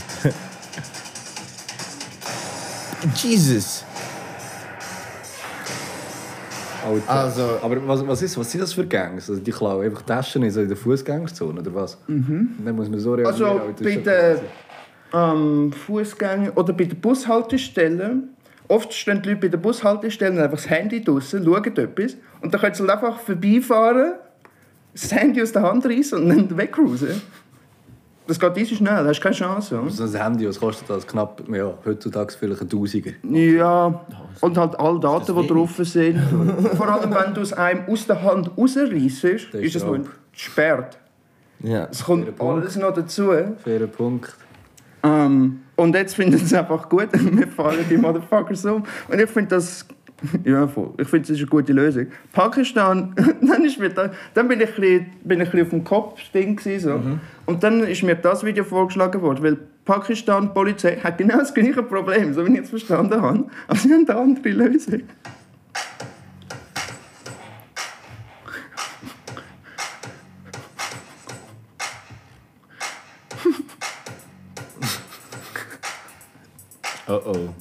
S4: Jesus.
S2: Alter.
S4: Also-
S2: Aber was, was, ist, was sind das für Gangs? Also die klauen einfach Taschen in, so in der Fußgängerzone oder was? Mhm. Dann muss man so reagieren.
S3: Also
S2: Alter, das
S3: bei
S2: ist schon
S3: den
S2: crazy.
S3: ähm, Fußgängern oder bei den Bushaltestellen. Oft stehen die Leute bei den Bushaltestellen einfach das Handy draußen, schauen etwas und dann können sie halt einfach vorbeifahren, das Handy aus der Hand reißen und dann wegcruisen. Das geht easy schnell, da hast du keine Chance. oder?
S2: So ein Handy, was kostet das? Knapp, ja, heutzutage vielleicht ein Tausiger.
S3: Ja, und halt alle Daten, die drauf sind. Vor allem, wenn du es einem aus der Hand rausreißt, ist
S2: Das ist
S3: es
S2: ab.
S3: nun gesperrt.
S4: Ja.
S3: Es kommt
S2: Punkt.
S3: alles noch dazu.
S2: Fairer Punkt.
S3: Ähm, und jetzt finden sie es einfach gut. Wir fahren die Motherfuckers um. Und ich finde das. Ja, voll. Ich finde, das ist eine gute Lösung. Pakistan, dann, ist mir da, dann bin ich ein bisschen, bin ich ein bisschen auf dem Kopf-Ding. gewesen, So. Und dann ist mir das Video vorgeschlagen worden, weil Pakistan, die Polizei, hat genau das gleiche Problem, so wie ich es verstanden habe. Aber sie haben eine andere Lösung.
S4: Oh oh.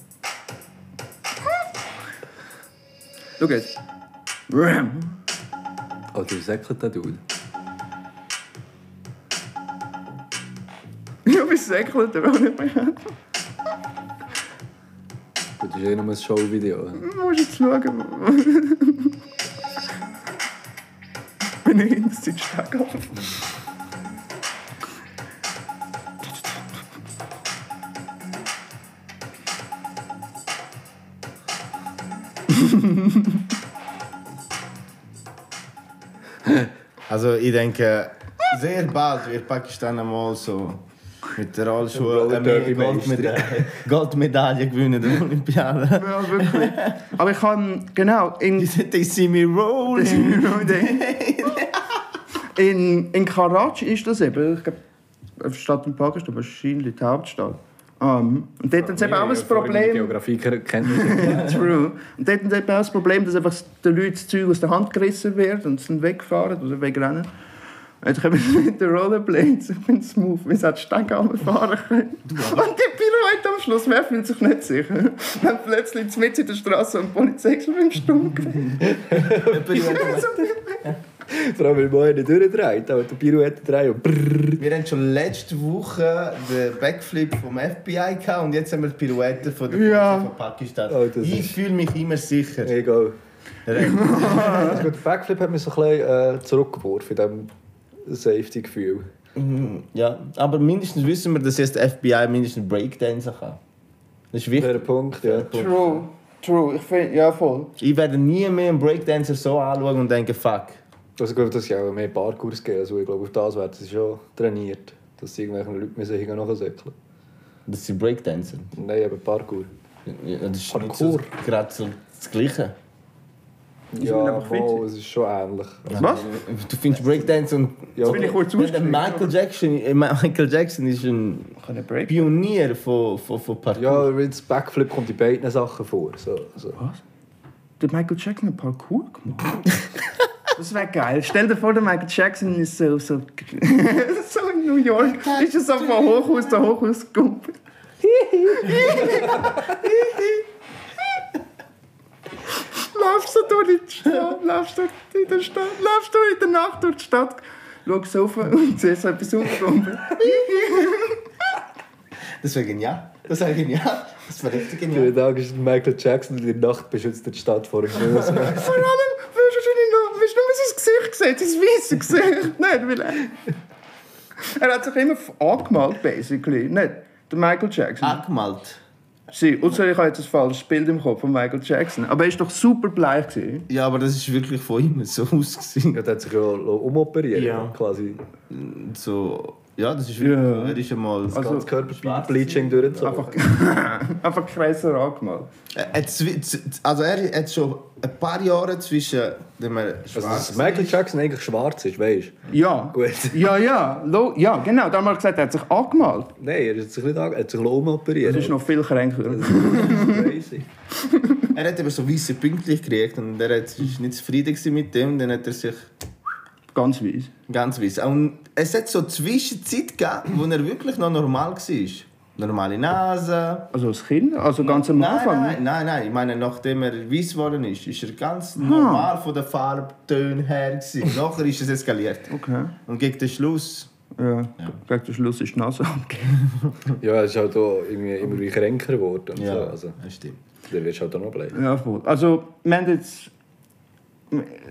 S3: Schau jetzt. Ram.
S2: Oh, du säckelt den Dude.
S3: Ich bin säckelt, aber nicht mehr.
S2: Das ist eh nur ein Showvideo.
S3: Du musst jetzt schauen. Bin ich in der stark auf.
S4: Also ich denke, sehr bald wird Pakistan einmal so mit der Rollschuhe
S2: Roller
S4: eine
S2: Derby
S4: Goldmeda Goldmedaille gewinnen der Olympiade.
S3: Ja, wirklich. Aber ich kann, genau, in,
S4: They see me rolling.
S3: in, in Karachi ist das eben, ich glaube, eine Stadt in Pakistan, wahrscheinlich die Hauptstadt. Ähm, und dort haben sie eben auch ein Problem.
S2: Geografiekenntnis.
S3: True. Und dort haben sie eben auch das Problem, dass einfach den Leuten das Zeug aus der Hand gerissen wird und sie dann wegfahren oder wegrennen. Jetzt kommen sie mit den Rollerblades. Ich bin smooth. Wir sollten stark runterfahren können. Und die Pirouette am Schluss werfen sich nicht sicher. Wenn plötzlich mitten in der Straße und die Polizei ist im Stumm gewesen.
S2: Vor allem, weil man nicht durchdreht. Aber die Pirouette drehen und brrrr.
S4: Wir haben schon letzte Woche den Backflip vom FBI gehabt und jetzt haben wir die Pirouette von der Polizei
S3: Ja.
S4: von Pakistan.
S2: Oh, das
S4: ich
S2: ist-
S4: fühle mich immer sicher.
S2: Egal.
S4: Recht.
S2: Also gut, der Backflip hat mich so ein bisschen äh, zurückgeworfen in diesem Safety-Gefühl.
S4: ja, aber mindestens wissen wir, dass jetzt die FBI mindestens Breakdancer kann. Das ist wichtig.
S2: Fairer Punkt, ja.
S3: True. True. Ich finde, ja voll.
S4: Ich werde nie mehr einen Breakdancer so anschauen und denken, fuck.
S2: Also gut, das ist dus, ja auch mehr Parkours gegeben. Also ich glaube, auf das werden sie schon trainiert. Dass sie irgendwelchen Leuten müssen hingehen nachsäckeln.
S4: Das sind Breakdancer.
S2: Nein, eben Parkour.
S4: Ja, das ist nicht so,
S2: Parkour.
S4: gerade so das Gleiche.
S3: sind
S2: Ja,
S3: einfach witzig.
S2: voll, es ist schon ähnlich.
S3: Was?
S4: Du findest Breakdance und...
S2: Ja,
S3: Bin ich kurz
S4: Wenn der
S3: ausgestiegen?
S4: Michael Jackson... äh, Michael Jackson ist ein
S3: Ich kann nicht break.
S4: Pionier von, von, von Parkour.
S2: ja weil das Backflip kommt in beiden Sachen vor. So, so.
S3: Der Michael Jackson hat Parkour gemacht. Das wäre geil. Stell dir vor, der Michael Jackson ist so, so, so in New York. Ist er so von Hochhaus zu Hochhaus gekumpelt. Laufst du durch die Stadt, laufst du in der Stadt, laufst du in der Nacht durch die Stadt, schaust rauf und siehst so etwas aufkumpeln.
S4: Das wäre genial. Das wäre genial. Das wäre richtig
S2: Der
S4: genial.
S2: Tag ist Michael Jackson und in der Nacht beschützt er die Stadt vor dem Schuss.
S3: Vor allem, willst du wahrscheinlich noch, willst du nur sein Gesicht sehen, sein weißes Gesicht. Nicht, weil er... Er hat sich immer f- angemalt, basically. Nicht der Michael Jackson.
S4: Ah. Angemalt.
S3: Sie, und sorry, ich habe jetzt ein falsches Bild im Kopf von Michael Jackson. Aber er war doch super bleich. gewesen.
S4: Ja, aber das ist wirklich von ihm so ausgesehen.
S2: ja, der hat sich ja umoperiert.
S4: Ja.
S2: Quasi.
S4: So... Also, Ja, das ist wirklich...
S3: Ja.
S4: Er ist einmal...
S2: Das ganze
S4: schwarz-
S2: Körper-Bleaching durchgezogen.
S3: Einfach, einfach krasser angemalt.
S4: Er hat Äh, zwi- z- Also er hat schon ein paar Jahre zwischen dem er
S2: Also, dass
S4: schwarz...
S2: Michael Jackson eigentlich schwarz ist, weißt du?
S3: Ja.
S2: Gut.
S3: Ja, ja. Lo ja, genau. Da haben wir gesagt, er hat sich angemalt.
S2: Nein, er hat sich nicht ange- er hat sich umoperiert.
S3: Das ist noch viel kränker.
S2: crazy.
S4: Er hat aber so weiße Pünktlich gekriegt und er hat, ist nicht zufrieden gewesen mit dem. Dann hat er sich
S3: Ganz weiss.
S4: Ganz weiss. Und es hat so Zwischenzeit gegeben, wo er wirklich noch normal war. Normale Nase.
S3: Also als Kind? Also ganz am
S4: Nein,
S3: Anfang?
S4: nein, nein, nein. Ich meine, nachdem er weiß geworden ist, ist er ganz normal von den Farbtönen her. Gewesen. Nachher ist es eskaliert.
S3: Okay.
S4: Und gegen den Schluss.
S3: Ja. Gegen den Schluss ist die Nase abgegeben.
S2: Ja, er ist halt auch irgendwie immer wie kränker geworden. und So. Also,
S4: das stimmt.
S2: der wirst halt auch noch bleiben.
S3: Ja, voll. Also, wir haben jetzt.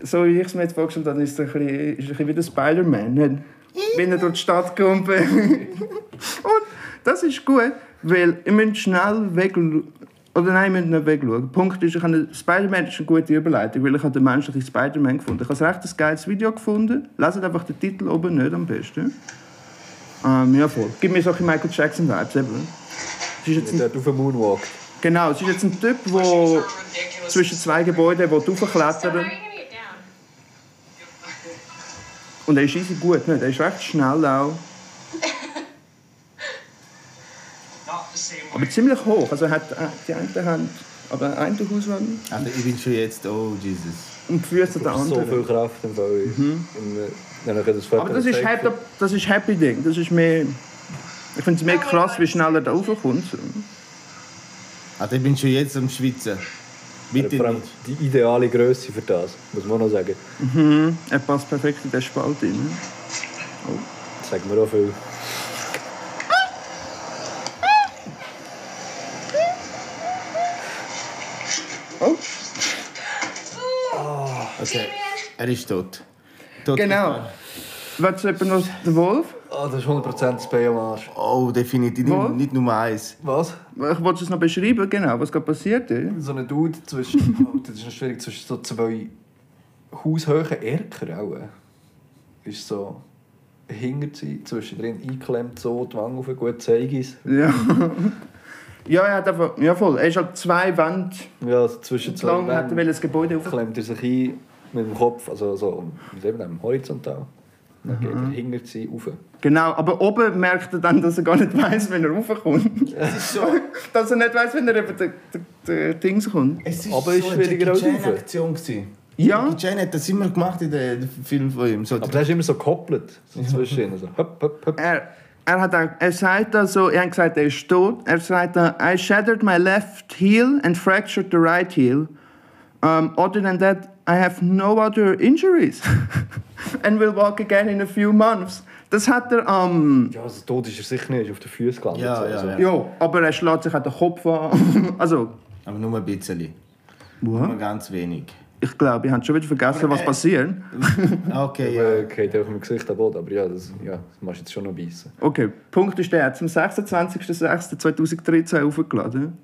S3: So wie ich es mir jetzt vorgestellt habe, ist es ein bisschen, ist ein bisschen wie der Spider-Man. Nicht? Wenn er durch die Stadt kommt. Und das ist gut, weil ich muss schnell weg. Oder nein, ich muss nicht wegschauen. Punkt ist, ich habe- Spider-Man ist eine gute Überleitung, weil ich habe den menschlichen Spider-Man gefunden. Ich habe ein recht geiles Video gefunden. Leset einfach den Titel oben nicht am besten. Ähm, ja, voll. Gib mir solche Michael Jackson-Vibes eben. Es ist jetzt ein
S2: Der hat auf den Moonwalk.
S3: Genau, es ist jetzt ein Typ, der zwischen zwei Gebäuden will
S6: How are
S3: raufklettern
S6: you gonna get down?
S3: Und er ist easy gut, nicht? Er ist recht schnell auch. Aber ziemlich hoch. Also er hat äh, die eine Hand, aber ein Haus
S4: Also ich bin schon jetzt, oh Jesus.
S3: und führt den
S2: So viel
S3: anderen.
S2: Kraft im Fall. Mhm. Im, äh, das
S3: Aber das ist, happy, das ist happy Ding. Das ist mehr. Ich finde es mehr krass, wie schnell er da raufkommt.
S4: Also ich bin schon jetzt am Schwitzen. Bitte
S2: Vor allem
S4: nicht.
S2: die ideale Größe für das, muss man auch noch sagen.
S3: Er passt perfekt in den Spalt rein.
S2: Das sagen wir auch viel.
S3: Oh,
S4: Okay. Er ist tot. tot
S3: genau. Willst du jemand noch den Wolf?
S2: Ah, das ist 100% das Bein am Arsch.
S4: Oh, definitiv.
S3: Wo?
S4: Nicht, nicht nur eins.
S2: Was?
S3: Ich wollte es noch beschreiben, genau, was gerade passiert ist.
S2: So ein Dude zwischen. Oh, das ist noch schwierig, zwischen so zwei haushöhen Erker auch. äh. Ist so. Hinter sie, zwischendrin eingeklemmt, so die Wange auf, gut zeige ich's.
S3: Ja. Ja, er hat einfach. Ja, voll. Er ist halt zwei Wände
S2: Ja, also zwischen zwei
S3: lang, hat er
S2: Wänden.
S3: will das Gebäde auf.
S2: klemmt er sich ein mit dem Kopf, also so mit dem dem horizontal. Dann geht
S3: Mhm.
S2: er hinter sie rauf.
S3: Genau, aber oben merkt er dann, dass er gar nicht weiß, wenn er raufkommt.
S4: Es ist so.
S3: dass er nicht weiß, wenn er über den, den, den Dings kommt.
S4: Es ist
S2: Aber
S4: so
S2: ist schwieriger als
S4: eine
S2: rauf.
S4: Jackie Chan-Aktion. gewesen.
S3: Ja.
S4: Jackie Chan hat das immer gemacht in den Filmen von ihm. So,
S2: Aber der ist immer so gekoppelt, so zwischen ihnen. So, hop, hop, hop.
S3: Er, er hat auch, er sagt dann so, er hat gesagt, er ist tot. Er sagt dann, I shattered my left heel and fractured the right heel. Um, other than that, I have no other injuries. and will walk again in a few months. Das hat er um, am.
S2: Ja, also tot ist er sicher nicht, er ist auf den Füßen gelandet.
S4: Ja,
S2: so,
S4: ja,
S2: so.
S4: ja.
S3: Ja, aber er schlägt sich an den Kopf an. also,
S4: aber nur ein bisschen. Nur
S3: What?
S4: ganz wenig.
S3: ich glaube, ich habe schon wieder vergessen, was passiert.
S4: Okay, ja.
S2: Äh, Geht auch mit dem Gesicht am Boden, aber ja, das, ja, das musst du jetzt schon noch beißen.
S3: Okay, Punkt ist der, zum 26.06.2013 aufgeladen.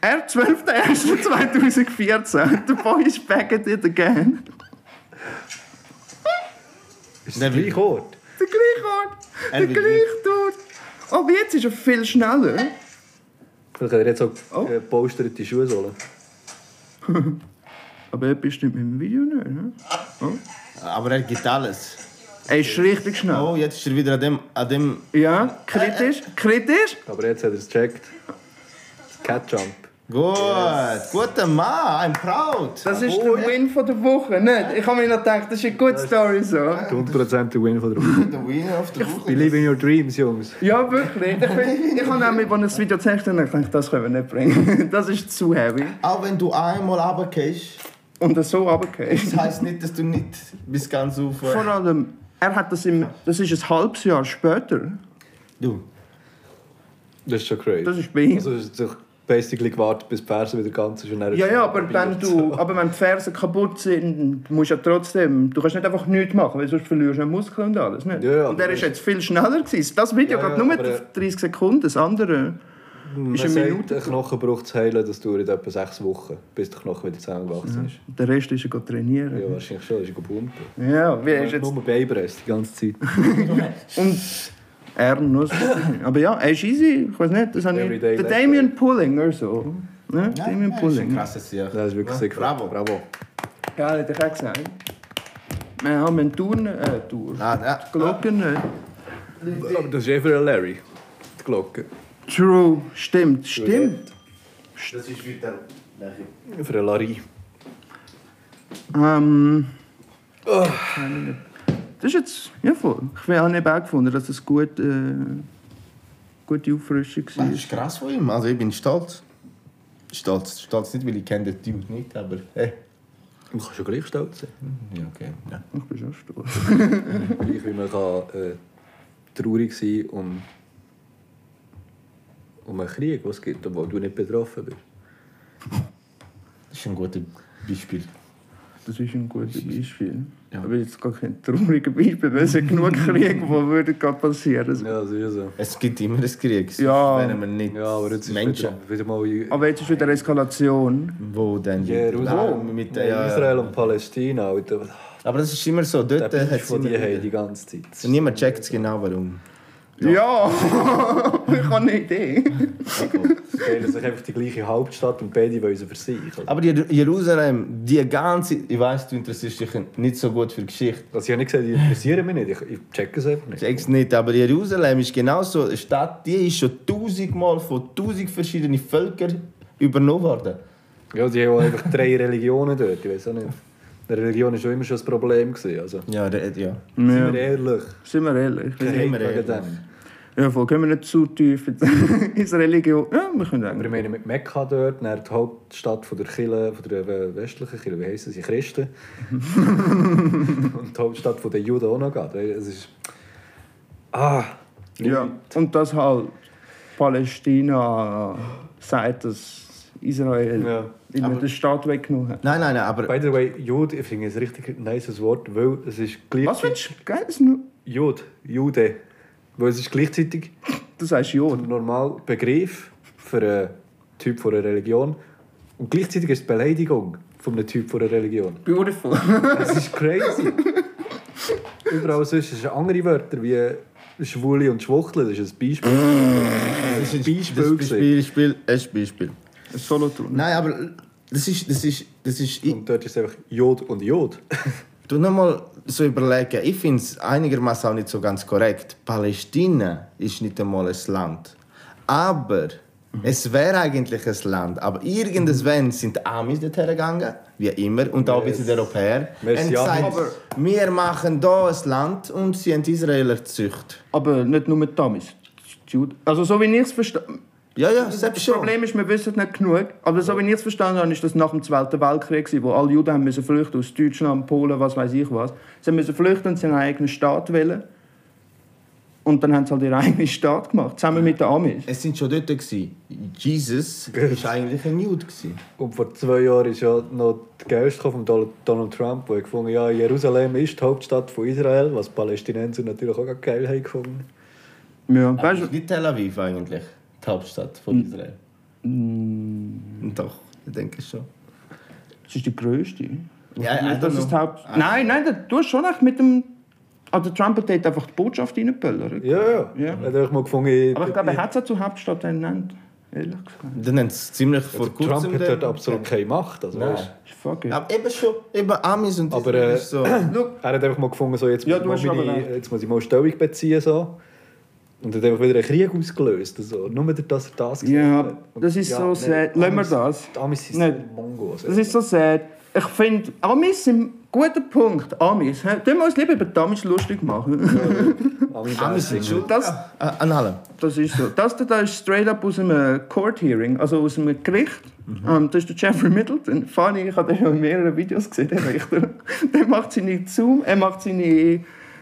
S3: Er 12.01.2014. The boy is back at it again.
S2: Ist
S4: Der
S2: der
S4: will-
S2: gleiche Ort?
S3: Der gleiche Ort,
S4: Er
S3: der
S4: will
S3: gleiche Tod. Aber jetzt ist er viel schneller.
S2: Vielleicht hat er jetzt auch
S3: Oh.
S2: äh, gepolsterte Schuhsohlen.
S3: Aber etwas stimmt mit dem Video nicht. Ne?
S4: Aber er gibt alles.
S3: Er ist richtig schnell.
S4: Oh, jetzt ist er wieder an dem. An dem
S3: Ja, kritisch, kritisch.
S2: Aber jetzt hat er es gecheckt. Das Catjump.
S4: Gut, guter Mann, I'm proud. Oh,
S3: Das ist der Win von der Woche, nicht? Ich habe mir noch gedacht, das ist eine gute Story so.
S2: 100% der Win von der Woche.
S4: der Winner of the Woche.
S2: Believe in your dreams, Jungs.
S3: Ja, wirklich. Ich, bin, ich habe nämlich, als ich das Video gezeigt habe, gedacht, das können wir nicht bringen. Das ist zu heavy.
S4: Auch wenn du einmal runtergehst,
S3: Und das so runtergefallen.
S4: das heisst nicht, dass du nicht bis ganz
S3: Vor
S4: rauf...
S3: allem, er hat das im... Das ist ein halbes Jahr später.
S4: Du,
S2: Das ist schon crazy.
S3: Das ist bei ihm.
S2: Also ist doch basically gewartet, bis die Ferse wieder ganz ist und dann
S3: Ja,
S2: ist
S3: ja,
S2: es
S3: aber wenn,
S2: probiert.
S3: du, aber wenn die Fersen kaputt sind, musst du ja trotzdem... Du kannst nicht einfach nichts machen, weil sonst verlierst du einen Muskel und alles. Nicht?
S2: Ja, ja,
S3: und er
S2: aber-
S3: ist jetzt viel schneller gewesen. Das Video
S2: Ja,
S3: geht
S2: ja,
S3: nur
S2: aber, äh,
S3: 30 Sekunden, das andere...
S2: Man
S3: ist eine
S2: sagt,
S3: Minute-
S2: Ein Knochenbruch zu heilen, das dauert etwa sechs Wochen, bis der Knochen wieder zusammengewachsen ist.
S3: Der Rest ist er gegangen trainieren.
S2: Ja, wahrscheinlich schon. Das ist gepumpt.
S3: Ja, wie er ist jetzt...
S2: Nur Beinpress die ganze Zeit.
S3: Und er noch so. Aber ja, er ist easy. Ich weiß nicht, das habe ich.
S2: Everyday
S3: Der
S2: life.
S3: Damien Pulling oder so. Ne?
S4: ja,
S3: Damien
S4: ja, ist ein
S3: Pulling.
S4: krasses Jahr.
S2: Das ist wirklich sehr gut.
S4: Bravo.
S2: Bravo.
S3: Geil, hätte ich auch gesagt. Wir haben eine Tour. Äh, Tour.
S4: Ah, ja.
S3: Glocken nicht.
S2: Aber das ist eh für einen Larry. Die Glocke.
S3: True, stimmt, stimmt.
S4: Das ist wieder...
S2: Für einen Larry.
S3: Ähm, Das ist jetzt, ja voll. Ich will- habe eben auch gefunden, dass das gut, äh, gute Auffrischung war.
S4: Das ist krass von ihm. Also ich bin stolz. Stolz, stolz nicht, weil ich kenne den Dude nicht, aber hey.
S2: Man kann schon gleich stolz sein.
S4: Ja, okay. Ja.
S3: Ich bin schon stolz.
S2: Gleich wie man kann, äh, traurig sein um, um einen Krieg, den es gibt, obwohl du nicht betroffen bist.
S4: Das ist ein gutes Beispiel.
S3: Das ist ein gutes Beispiel.
S4: Ja.
S3: Aber jetzt gar kein trauriger Beispiel, weil es ja genug Kriege, die würden gerade passieren.
S2: Ja, das ist so.
S4: Es gibt immer ein Krieg. sonst
S3: Ja.
S4: Wären wir nicht
S2: Ja, aber jetzt ist
S4: Menschen,
S2: wieder, wieder mal in
S3: Aber jetzt ist wieder Eskalation.
S4: wo dann
S2: Jerusalem.
S4: Nein, mit
S2: Nein,
S4: äh, der, ja,
S2: Israel
S4: ja.
S2: und Palästina. Alter.
S4: Aber das ist immer so.
S2: Der
S4: Dort äh,
S2: Beef,
S4: hat's
S2: den die
S4: immer
S2: haben die
S4: wieder-
S2: ganze Zeit.
S4: Niemand checkt es genau, warum.
S3: Ja, ich habe eine Idee.
S2: Sie teilen sich einfach die gleiche Hauptstadt und beide wollen sie für sich. Oder?
S4: Aber Jer- Jerusalem, die ganze... Ich weiss, du interessierst dich nicht so gut für Geschichte.
S2: Also ich habe nicht gesagt, die interessieren mich nicht. Ich, ich check es einfach nicht.
S4: Check's nicht, aber Jerusalem ist genauso eine Stadt, die ist schon tausendmal von tausend verschiedenen Völkern übernommen worden.
S2: Ja, die haben auch einfach drei Religionen dort. Ich weiß auch nicht. Die Religion war schon immer schon ein Problem. Gewesen, also.
S4: Ja, der- ja.
S2: Sind wir
S3: Ja.
S2: ehrlich?
S3: Sind wir ehrlich?
S2: Kein
S4: Sind wir
S2: Hate wegen
S4: ehrlich.
S2: dem.
S3: Ja, voll. Gehen wir nicht zu tief in- ins Religion. Ja, wir können
S2: Aber ich
S3: eigentlich.
S2: meine, mit Mekka dort, dann die Hauptstadt von der Kirche, von der äh, westlichen Kirche, wie heissen sie? Christen. und die Hauptstadt von den Juden auch noch. gerade. Es ist... Ah!
S3: Ja. Und das halt Palästina sagt, dass Israel
S2: Ja.
S3: ihnen den Staat weggenommen hat.
S4: Nein, nein, nein, aber
S2: By the way, Jud, ich finde es ein richtig nices Wort, weil es ist
S3: Was
S2: gleichzeitig...
S3: findest du? Geil, das nur-
S2: Jud, Jude. Weil es ist gleichzeitig
S3: Du sagst Jod.
S2: ein normaler Begriff für einen Typ von einer Religion und gleichzeitig ist es eine Beleidigung von einem Typ von einer Religion.
S3: Beautiful.
S2: Das ist crazy. Überall sonst sind andere Wörter wie Schwule und Schwuchtel. Das ist ein Beispiel.
S4: das ist
S2: ein
S4: das
S2: Beispiel
S4: Beispiel, Spiel, ein Beispiel.
S3: Solothurn.
S4: Nein, aber das ist, das ist, das ist. Ich,
S2: Und dort ist es einfach Jod und Jod.
S4: du noch mal so überlegen. Ich finde es einigermaßen auch nicht so ganz korrekt. Palästina ist nicht einmal ein Land, aber es wäre eigentlich ein Land. Aber
S3: Mhm.
S4: irgendwann sind die Amis dorthin gegangen, wie immer, und auch ein bisschen die Europäer.
S2: Merci,
S4: und gesagt,
S2: Amis.
S4: aber wir machen hier ein Land und sie haben die Israeler gezüchtet.
S3: Aber nicht nur mit Tamis. Jude. Also so wie ich es verstehe.
S4: Ja, ja,
S3: Das
S4: selbst schon.
S3: Problem ist, wir wissen nicht genug. Aber so wie ich es verstanden habe, ist das nach dem Zweiten Weltkrieg, gewesen, wo alle Juden haben müssen flüchten aus Deutschland, Polen, was weiß ich was. Sie müssen flüchten und sie einen eigenen Staat wählen. Und dann haben sie halt ihren eigenen Staat gemacht, zusammen mit den Amis.
S4: Es sind schon dort. Gewesen. Jesus war eigentlich ein Jude. Gewesen.
S2: Und vor zwei Jahren ist ja noch die Geist von Don- Donald Trump, der gefunden hat, ja, Jerusalem ist die Hauptstadt von Israel, was die Palästinenser natürlich auch gerade geil haben gefunden.
S3: Ja, weißt du,
S4: Nicht Tel Aviv eigentlich, die Hauptstadt von Israel. Doch, ich denke schon.
S3: das ist die größte.
S4: Ja, I
S3: Nein, das
S4: don't
S3: ist die
S4: know.
S3: Haupt nein, nein, da- du hast schon recht mit dem. Also Trump hat dort einfach die Botschaft reingeböllert.
S2: Ja, ja. ja. Hat einfach mal gefunden, ich-
S3: Aber ich glaube, er hat es auch zur Hauptstadt ernannt. Ehrlich gesagt.
S4: Dann haben sie ziemlich vor kurzem...
S2: Trump hat dort
S4: dann-
S2: absolut keine Macht. Also,
S4: Nein.
S2: weißt du.
S3: Fuck it.
S4: Aber eben schon, eben Amis und
S2: Aber,
S4: Israel
S2: äh,
S4: ist so...
S2: Er hat einfach mal gefunden, so, jetzt,
S3: Ja,
S2: muss
S3: du
S2: ich
S3: hast
S2: mal
S3: aber
S2: meine,
S3: recht.
S2: jetzt muss ich mal Stellung beziehen. So. Und hat einfach wieder einen Krieg ausgelöst. Also. Nur, dass er das gesagt
S3: Ja,
S2: hat. Und-
S3: das ist so
S2: nein,
S3: sad. Lassen wir
S2: Amis-
S3: das.
S2: die Amis sind
S3: Nein.
S2: so also Mongos.
S3: Das ist so sad. Ich finde, Amis sind ein guter Punkt. Amis. hä? Tun wir uns lieber über die Amis lustig machen.
S2: Amis,
S4: Amis sind schuld
S3: Das-
S4: ja, äh, an an allem.
S3: Das ist so. Das da ist straight up aus einem Court Hearing, also aus einem Gericht.
S2: Mhm.
S3: Ähm, das ist der Jeffrey Middleton. Funny, ich habe den schon in mehreren Videos gesehen, der Richter. Der macht seine Zoom, er macht seine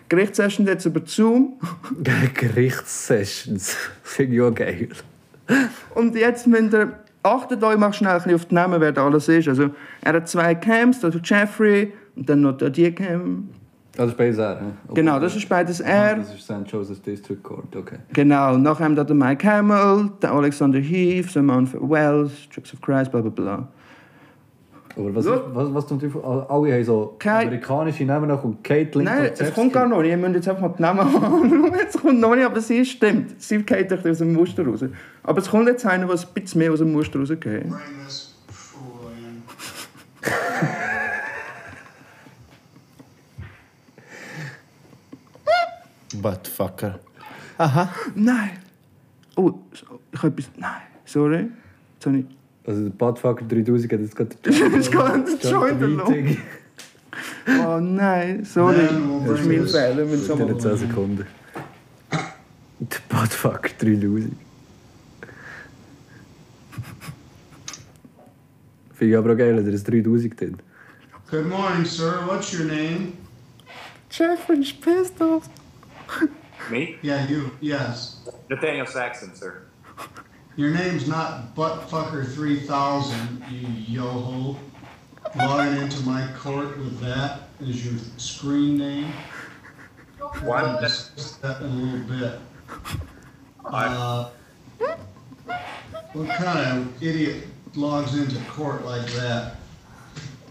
S3: Gerichtssession jetzt über Zoom.
S2: Gerichtssessions. Finde ich auch geil.
S3: Und jetzt müsst ihr, achtet euch mal schnell ein bisschen auf die Namen, wer da alles ist. Also, er hat zwei Camps, da der Jeffrey und dann noch da die Cam.
S2: Das ist beides er.
S3: Genau, das ist beides er.
S2: Ah, Das ist St. Joseph's District Court, okay.
S3: Genau, nachher haben wir den Mike Hamill, den Alexander Heath, Simone Wells, Joseph Christ, bla bla bla.
S2: Aber was,
S3: Schau.
S2: was, was zum Teufel? Alle haben so
S3: Kei-
S2: amerikanische Namen noch und Caitlin.
S3: Nein, es kommt gar noch nicht, ihr müsst jetzt einfach mal die Namen haben. es kommt noch nicht, aber sie stimmt. Sie geht euch aus dem Muster raus. Aber es kommt jetzt einer, der ein bisschen mehr aus dem Muster rausgeht.
S5: Brainless Troyan.
S4: But fucker.
S3: Nein! Oh, so- ich habe etwas... Nein, sorry. Jetzt habe ich...
S6: um
S2: Also der Badfucker 3000 hat jetzt gerade
S3: Es geht an den Joint erlaubt. Oh nein, sorry. Das ist mein Fehler. Mein
S6: In
S3: Sommer.
S6: 10 Sekunden. Der Badfuck um 3000. Finde ich aber auch geil, dass er ein 3000 hat.
S7: Good morning, sir. What's your name?
S3: Jeffrey's pissed off.
S8: Me?
S7: Yeah, you. Yes.
S8: Nathaniel Saxon, sir.
S7: Your name's not Buttfucker3000, you yoho. Logging into my court with that as your screen name. I'll
S8: One,
S7: discuss that in a little bit.
S8: I,
S7: Uh, what kind of idiot logs into court like that?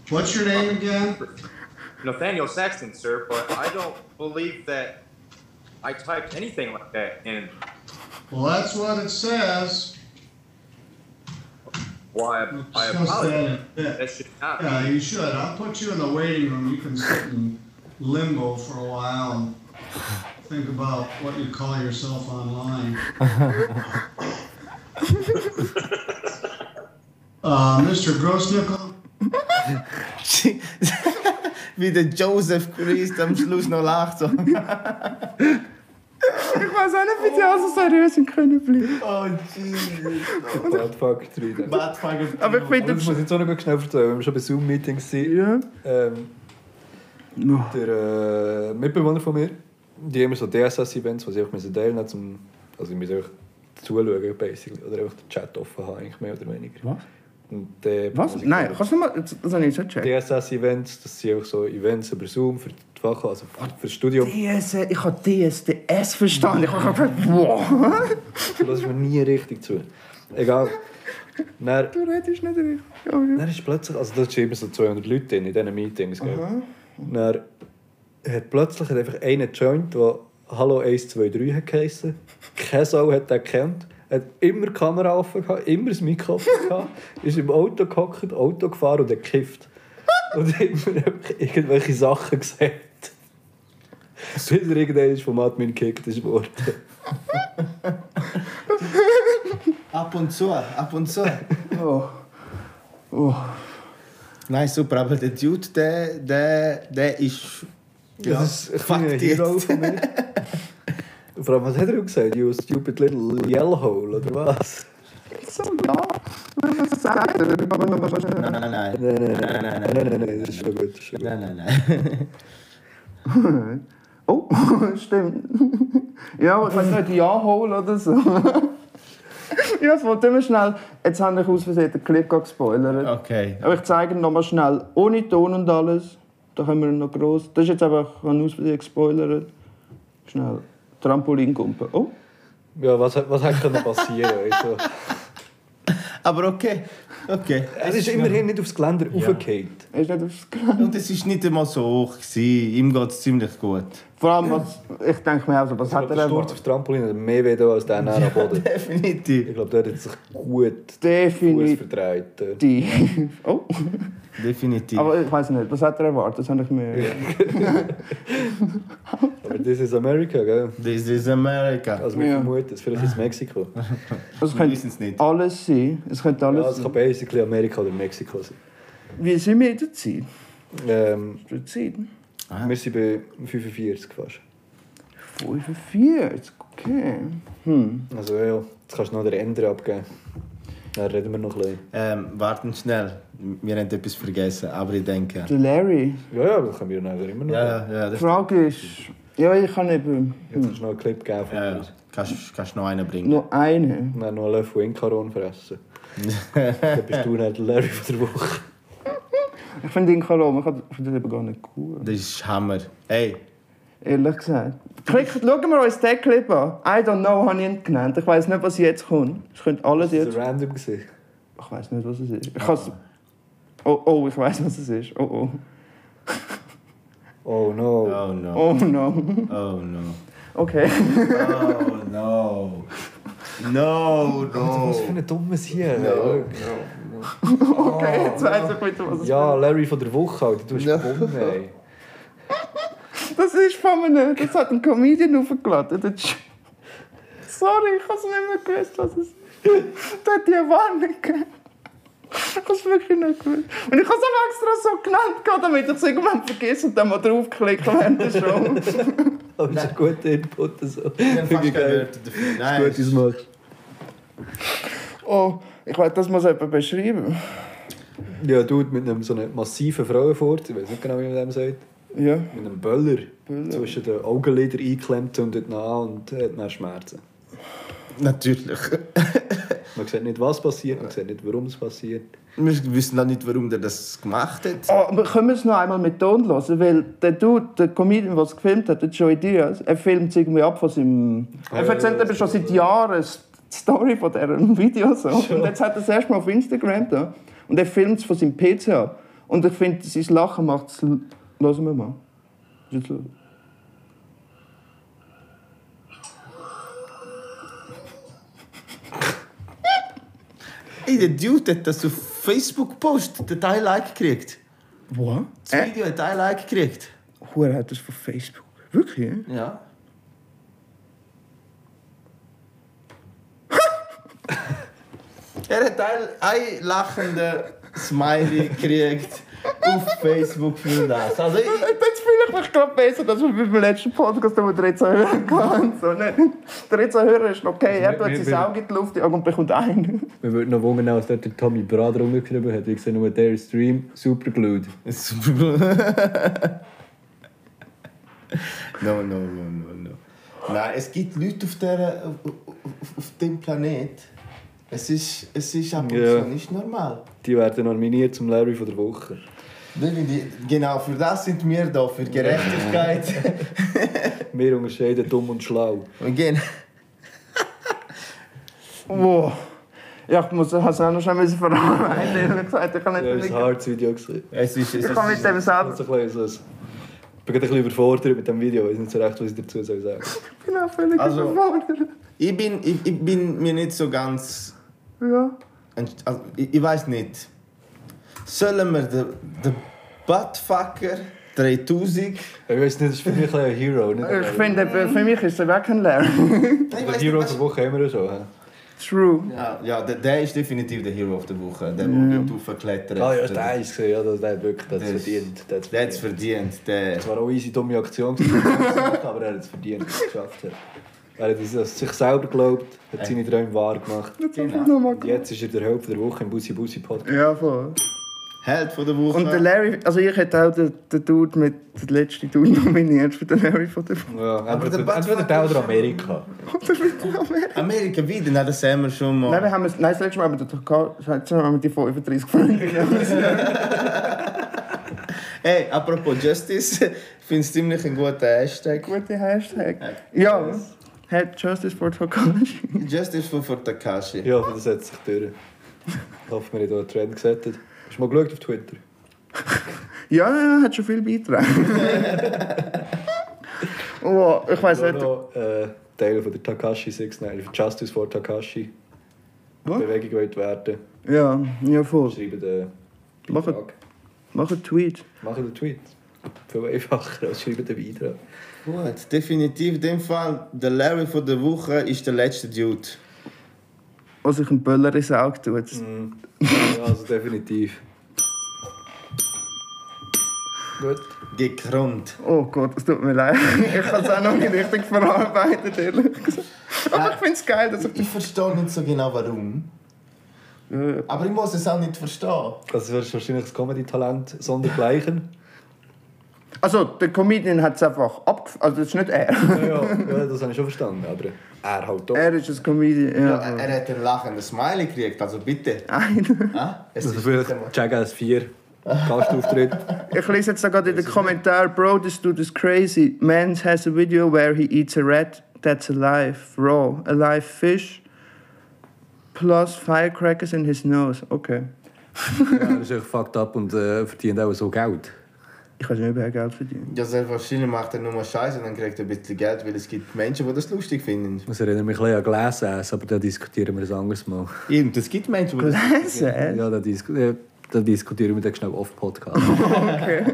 S7: What's your name again?
S8: Nathaniel Saxon, sir, but I don't believe that I typed anything like that. And
S7: Well, that's what it says.
S8: why I,
S7: We'll
S8: I
S7: discuss that in
S8: apologize.
S7: a bit.
S8: That should not be.
S7: Yeah, you should. I'll put you in the waiting room. You can sit in limbo for a while and think about what you call yourself online. uh, Mr. Grossnickel,
S4: Wie der Joseph Christ am Schluss noch lacht. So.
S3: Ich weiß auch nicht, wie die also seriös sind können bleiben.
S4: Oh, Jesus.
S2: Bad Factory. dann.
S4: Badfucker.
S3: Aber ich finde
S2: um Das muss ich jetzt auch noch schnell erzählen, wenn wir schon bei Zoom-Meetings sind.
S3: Ja.
S2: Ähm, Der äh, Mitbewohner von mir, die immer so DSS-Events, die ich auch müssen teilen musste, zum, also ich musste einfach zuschauen, basically, oder einfach den Chat offen haben, eigentlich mehr oder weniger.
S3: Was?
S2: Und, äh,
S3: Was?
S2: also
S3: Nein, kannst du nochmal. Das das habe ich jetzt gecheckt.
S2: DSS-Events, das sind auch so Events über Zoom für die Fach, also für, für das Studium.
S3: DS, ich habe DSDS verstanden. Ich habe gedacht, wow.
S2: Du hörst mir nie richtig zu. Egal. Dann,
S3: Du redest nicht richtig. Ja, ja.
S2: dann ist plötzlich, also da sind immer so 200 Leute drin, in diesen Meetings. Gell? Dann hat plötzlich hat einfach einer joined, der Hallo 123 hat geheissen. Keine Sau hat den gekannt. Er hat immer die Kamera offen gehabt, immer das Mikro offen gehabt, ist im Auto gehockt, Auto gefahren und hat gekifft. Und immer einfach irgendwelche Sachen gesagt. Bis er irgendwann vom Admin gekickt ist worden.
S4: Ab und zu, ab und zu.
S3: Oh. Oh.
S4: Nein, super, aber der Dude, der, der, der ist. Ja,
S2: Das ist
S4: fuck
S2: ein kleiner
S4: jetzt.
S2: Hero von mir. Vor allem, was hat er auch gesagt? You stupid little yellow hole, oder was?
S3: So laut. Wenn man das sagt, dann kann man nochmal schnell.
S4: Nein, nein, nein.
S2: Nein, nein, nein, nein, nein, nein, nein, das ist schon gut. Das ist schon gut.
S4: Nein, nein, nein.
S3: Oh, stimmt. ja, ich weiß nicht, Ja holen oder so. ja, es wollte immer schnell. Jetzt habe ich aus Versehen den Clip gespoilert.
S4: Okay.
S3: Aber ich zeige ihn nochmal schnell. Ohne Ton und alles. Da können wir ihn noch gross. Das ist jetzt einfach ein aus Versehen gespoilert. Schnell. Trampolingumpen. Oh.
S2: Ja, was, hat- was hat können passieren also,
S4: Aber okay, okay.
S2: Er ist immerhin nicht aufs Geländer ja. raufgefallen.
S3: Er Ist nicht aufs Gelände.
S4: Und es war nicht einmal so hoch. Gewesen. Ihm geht es ziemlich gut.
S3: Vor allem, was, ich denke mir auch so, was hat er
S2: Der Sturz auf
S3: erwartet?
S2: das Trampolin hat mehr weh da als der näher am Boden. Ich
S4: Definitiv.
S2: glaube, der hat sich gut den Fuß
S3: Definitiv.
S2: verdreht. äh.
S3: Oh.
S4: Definitiv.
S3: Aber ich weiß nicht, was hat er erwartet? Das habe ich mir.
S2: Aber das ist Amerika, gell?
S4: This is America.
S2: Also, wir
S3: Ja.
S2: vermuten es. Vielleicht ist es Mexiko.
S3: Das
S4: Wir
S3: könnte
S4: wissen es nicht.
S3: alles sein. Es könnte
S2: Ja,
S3: alles
S2: es kann
S3: sein.
S2: basically Amerika oder Mexiko sein.
S3: Wie sind wir in der Zeit?
S2: Ähm,
S3: In der Zeit?
S2: wir sind bei 45 fast.
S3: 45, okay.
S2: Also ja, jetzt kannst du noch den Ender abgeben. Dann reden wir noch ein bisschen.
S4: Ähm, warten schnell. Wir haben etwas vergessen, aber ich denke.
S3: Der Larry.
S2: Ja, ja, das können wir nachher immer noch.
S4: Ja, ja, ja.
S3: Die
S4: Das,
S3: Frage ist. Ja, ich kann eben.
S2: Jetzt kannst du noch einen Clip geben von
S4: ja, ja.
S2: uns.
S4: Kannst, kannst noch einen bringen?
S3: Nur eine.
S2: Und dann noch einen Löffel Inkaron fressen. Dann bist du nicht der Larry von der Woche.
S3: Ich finde den Kalom, ich hab- ich finde den eben gar nicht cool.
S4: Das ist Hammer. Hey,
S3: Ehrlich gesagt. Klickt, schauen wir uns den Clip an. I don't know, habe ich ihn genannt. Ich weiß nicht, was jetzt kommt. Es könnte alles
S2: Das
S3: jetzt.
S2: war random. gewesen.
S3: Ich weiß nicht, was es ist. Ich kann's. Oh, oh, ich weiß, was es ist. Oh, oh.
S2: Oh no.
S4: oh no,
S3: Oh, no.
S4: oh no.
S3: Okay.
S4: Oh no. No,
S2: Was
S4: no.
S2: für ein dummes hier. No.
S3: Okay, jetzt weiß ich wieder, was es ist.
S2: Ja, Larry von der Woche, Alter. Du hast gewonnen, ey.
S3: Das ist von einem, das hat ein Comedian aufgeladen. der Ch- Sorry, ich habe nicht mehr gewusst, was es ist. Das hat die Warnung gegeben.
S1: Ich hab's wirklich nicht gewusst. Und ich hab's auch extra so genannt, gehabt, damit ich es irgendwann vergesse und dann mal draufklicken während der Show.
S2: Aber es ist ein guter Input. So.
S4: Oh, Ich
S2: Finde ich geil.
S4: dafür.
S2: Gut, dass
S4: Nein,
S2: du es machst.
S1: Oh, ich weiß, das muss jemand beschreiben.
S2: Ja, du mit einem so einem massiven Frauenfurt, ich weiß nicht genau, wie man dem sagt,
S1: Ja.
S2: mit einem Böller, zwischen den Augenlidern eingeklemmt und dort nach und hat dann Schmerzen.
S4: natürlich.
S2: Man sieht nicht, was passiert, man sieht nicht, warum es passiert.
S4: Wir wissen auch nicht, warum der das gemacht hat.
S1: Oh, aber können wir es noch einmal mit Ton hören? Weil der Dude, der Comedian, der es gefilmt hat, der Joey Diaz, er filmt es irgendwie ab von seinem... Er erzählt eben schon seit Jahren die Story von diesem Video. So. Und jetzt hat er es erstmal auf Instagram da. Und er filmt es von seinem PC ab. Und ich finde, sein Lachen macht es... Hören wir mal. Ist jetzt los?
S4: Ey, der Dude hat das auf Facebook gepostet, hat ein Like gekriegt.
S1: What?
S4: Das
S1: Äh,
S4: Video hat ein Like gekriegt.
S1: Hure hat das von Facebook. Wirklich? eh?
S4: Ja. er hat ein, ein lachenden Smiley gekriegt auf Facebook für das. Also ich,
S1: Jetzt fühle ich mich gerade besser, dass wir beim letzten Podcast nur 13 Hörer hatten. So, nein, 13 Hörer ist noch okay. Er
S9: nicht
S1: tut
S9: mehr
S1: sein
S9: will.
S1: Auge in die Luft und bekommt einen.
S9: Wir würden noch wundern, was dort der Tommy Bra drunter geschrieben hat. Ich sehe nur der Stream, super glued.
S4: no, no, no, no, no. Nein, es gibt Leute auf, der, auf, auf- auf dem Planet. Es ist, es ist ab und
S2: Ja.
S4: zu nicht normal.
S2: Die werden nominiert zum Larry von der Woche.
S4: Wirklich, die- Genau, für das sind wir da, für Gerechtigkeit.
S2: Wir unterscheiden dumm und schlau.
S4: Und gehen.
S1: Wow. Ja, ich muss das auch noch schnell müssen verarbeiten. Ehrlich gesagt, ich kann
S2: Ja, halt-
S1: nicht
S2: das
S1: damit.
S2: hartes Video gesehen.
S4: Es ist, es
S1: Ich kann mit
S4: ist,
S1: dem selber.
S2: Also ein bisschen, so ein- ich bin gerade ein bisschen überfordert mit dem Video, ich weiß nicht so recht, was ich dazu soll sagen soll.
S1: Ich bin auch völlig
S4: Also-
S1: überfordert.
S4: ich, bin, ich, ich bin mir nicht so ganz
S1: Ja.
S4: Ent- Also, ich, ich weiß nicht. Sollen wir den, den Buttfucker 3000?
S2: Ich weiß nicht, das ist für mich ein bisschen ein Hero. Nicht
S1: Ich finde, äh, für mich ist er weg ein Lehrer.
S4: Nein, ich
S2: Der
S4: weiß
S2: Hero
S4: nicht.
S2: der Woche haben wir ja schon. hä?
S1: True.
S4: was- Ja, ja der, der ist definitiv der Hero of the Woche. Der, der du verklettert.
S2: Ah ja, der ist gesehen, ja, das- der hat wirklich das
S4: Der ist-
S2: verdient. Der hat's
S4: Der hat's
S2: verdient.
S4: verdient. Der.
S2: Es war auch easy dumme Aktion, gewesen, die er gemacht hat, aber er hat es verdient, dass er es geschafft hat. Er hat es an sich selber geglaubt, hat seine Träume wahr gemacht.
S4: Genau.
S2: Und jetzt ist er der Held der Woche im Bussi Bussi Podcast.
S1: Ja, voll.
S4: Held von der Woche.
S1: Und der Larry, also ich hätte auch den, den Dude mit den letzten Dude nominiert für den Larry von der
S2: Ja,
S4: der
S2: entweder entweder der oder Amerika.
S4: Amerika wieder, nein, das haben wir schon mal.
S1: Nein, wir haben es, nein, das letzte Mal haben wir den Kakao- das letzte Mal haben wir die 35 Franken.
S4: hey, apropos Justice, ich finde es ziemlich ein guter Hashtag.
S1: Gute Hashtag. Ja, hat Justice for Takashi.
S4: Justice for, for Takashi.
S2: Ja, aber das setzt sich durch. Ich hoffe, wir haben hier einen Trend gesetzt. Hast du mal geschaut auf Twitter?
S1: Ja, ja, hat schon viel beitragen. oh, ich weiß
S2: Nur
S1: nicht.
S2: noch äh, Teile von der Takashi 69, Justice for Takashi.
S1: Was?
S2: Bewegung wollt werden.
S1: Ja, ja voll.
S2: Schreiben den
S1: Machen.
S2: Beitrag.
S1: Mach einen Tweet.
S2: Machen den Tweet. Viel einfacher als schreiben den Beitrag.
S4: Gut, definitiv in dem Fall, der Larry von der Woche ist der letzte Dude.
S1: Was ich einen Böller ins Auge tut.
S2: Ja, also definitiv. Gut.
S4: Gekrönt.
S1: Oh Gott, es tut mir leid. Ich habe es auch noch nicht richtig verarbeitet, ehrlich gesagt. Aber ich finde es geil, dass ich.
S4: Ich verstehe nicht so genau warum. Aber ich muss es auch nicht verstehen.
S2: Das ist wahrscheinlich das Comedy-Talent sondergleichen.
S1: Also, der Comedian hat es einfach abgef. Also, das ist nicht er.
S2: ja, ja, ja, das habe ich schon verstanden. Aber er halt doch.
S1: Er ist ein Comedian. Ja.
S4: Er, er hat ein lachendes Smiley gekriegt, also bitte.
S1: Nein.
S4: Ah, es
S2: Also
S4: ist
S2: vielleicht Jackass 4. Gastauftritt.
S1: Ich lese jetzt da gerade in den Kommentaren, Bro, this dude is crazy. Mans has a video where he eats a rat that's alive, raw, a live fish, plus firecrackers in his nose. Okay.
S9: Ja, das ist echt fucked up und äh, verdient auch so Geld.
S1: Ich weiß nicht, wer Geld verdient.
S4: ja, sehr wahrscheinlich macht er nur Scheiße und dann kriegt er ein bisschen Geld, weil es gibt Menschen, die das lustig finden.
S9: Das erinnert mich ein bisschen an Glass-Ass, aber da diskutieren wir ein anderes Mal.
S4: Eben, es gibt Menschen, die das
S1: Lesen?
S9: Ja, da, dis äh, da diskutieren wir dann schnell off-Podcast.
S1: Okay.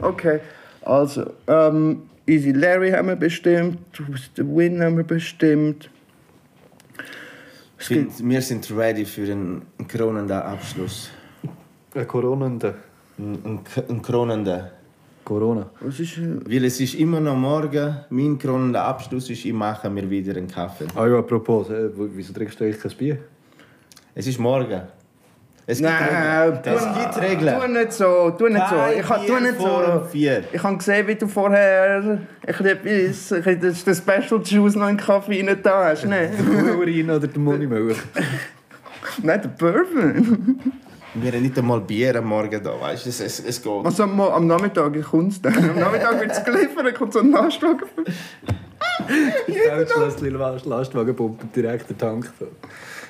S1: Okay. Also, ähm, Easy Larry haben wir bestimmt, Du bist der Win haben wir bestimmt.
S4: Find- Wir sind ready für einen krönenden Abschluss.
S2: Ein Coronende.
S4: Ein, ein, K- ein Kronender.
S2: Corona.
S1: Was ist. äh,
S4: Weil es ist immer noch morgen. Mein kronender Abschluss ist, ich mache mir wieder einen Kaffee.
S2: Ah ja, apropos, äh, w- wieso trinkst du eigentlich kein Bier?
S4: Es ist morgen. Es gibt
S1: Nein,
S4: Regeln. Es gibt
S1: tu
S4: Regeln.
S1: nicht so, tu nicht so. Ich hab- tu
S4: Kein
S1: nicht
S4: Bier vor
S1: so.
S4: dem Vier.
S1: Ich habe gesehen, wie du vorher ich etwas, ich hab- das ist der Special Juice noch in den Kaffee rein da hast. Nein,
S2: Urin oder der Monimöller?
S1: Nein der Bourbon.
S4: Wir haben nicht einmal Bier am Morgen da, weißt du? Es, es, es geht.
S1: Also am, Mo- am Nachmittag kommt es dann. Am Nachmittag wird es geliefert, kommt so ein Nachschlag.
S2: Selbstschlössli Lastwagen pumpen direkt den Tank. voll.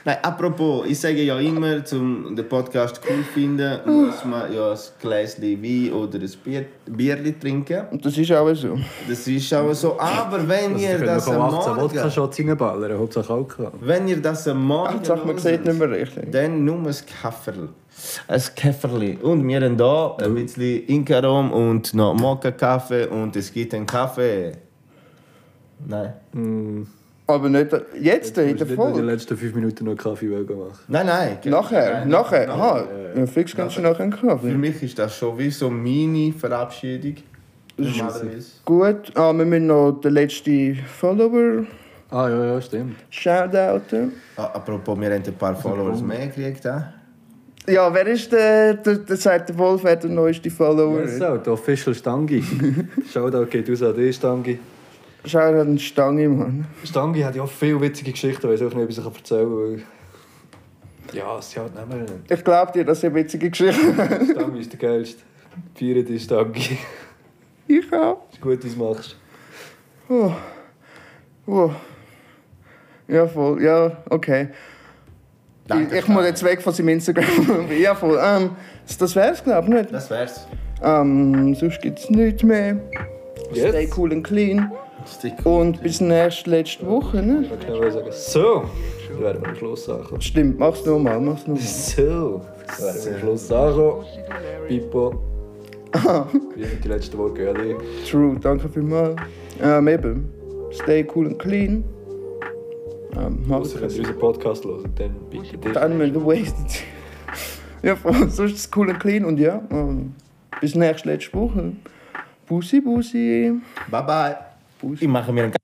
S4: Nein, apropos, ich sage ja immer, um den Podcast cool zu finden, muss man ja ein Gläschen Wein oder ein Bier, Bierli trinken.
S1: Und das ist auch so.
S4: Das ist auch so. Aber
S2: Also,
S4: wenn ihr
S2: Sie können
S4: das am
S2: von 18
S4: Morgen...
S2: Wodka-Shots reinballern, Hauptsache Alkohol.
S4: Wenn ihr das am Morgen...
S1: Hauptsache, man sieht nicht mehr richtig.
S4: Dann nur ein Käferl. Ein Käferli. Und wir haben hier ein bisschen Inkarom und noch Mokka-Kaffee und es gibt einen Kaffee. Nein.
S1: Aber nicht jetzt, in
S2: Du
S1: der
S2: musst nicht in den
S1: Folge.
S2: letzten 5 Minuten noch Kaffee machen.
S4: Nein, nein. genau.
S1: Nachher,
S4: Nein,
S1: nachher.
S4: nein.
S1: Aha, ja, fix kannst du nachher einen
S4: Für
S1: Kaffee.
S4: mich ist das schon wie so meine Verabschiedung. Normalerweise.
S1: Gut, ah, wir müssen noch den letzten Follower
S2: Ah ja, ja, stimmt.
S1: shoutouten.
S4: Ah, apropos, wir haben ein paar Followers mehr gekriegt. hä?
S1: Ja, wer ist der, der, der sagt der Wolf, wer der neueste Follower ist?
S2: Yes, auch, der Official Stangi. Shoutout geht aus an dich, Stangi.
S1: Schau an den Stange, Mann.
S2: Stangi hat ja auch viele witzige Geschichten, weiß auch nicht, ob ich sie erzählen kann. weil- Ja, sie hat nicht mehr.
S1: Ich glaub dir, das ist eine witzige Geschichte.
S2: Stangi ist der geilste. Feier dich, Stangi.
S1: Ich auch.
S2: Ist gut, wie du es machst.
S1: Oh. Oh. Ja, voll. Ja, okay. Ich, ich muss jetzt weg von seinem Instagram. ja, voll. Ähm, das wär's, glaub ich, nicht.
S4: Das wär's.
S1: Ähm, sonst gibt's nichts mehr.
S2: Yes.
S1: Stay cool and clean.
S4: Stick.
S1: Und bis nächste letzte Woche, ne?
S2: Ich kann aber sagen, so, dann werden wir am Schluss ankommen.
S1: Stimmt, mach's nochmal, mach's nochmal.
S2: So, dann werden wir am Schluss ankommen. Pippo. Wie mit die letzten Worte gehen an dich.
S1: True, danke vielmals. Ähm, eben. Stay cool and clean. Ähm, mach's
S2: Ausser wenn ihr unseren Podcast hört, dann bitte dich.
S1: Dann müssen wir wasted. ja, voll. sonst ist es cool und clean und ja. ähm, bis nächste letzte Woche. Bussi, bussi.
S4: Bye bye. Ich mache mir einen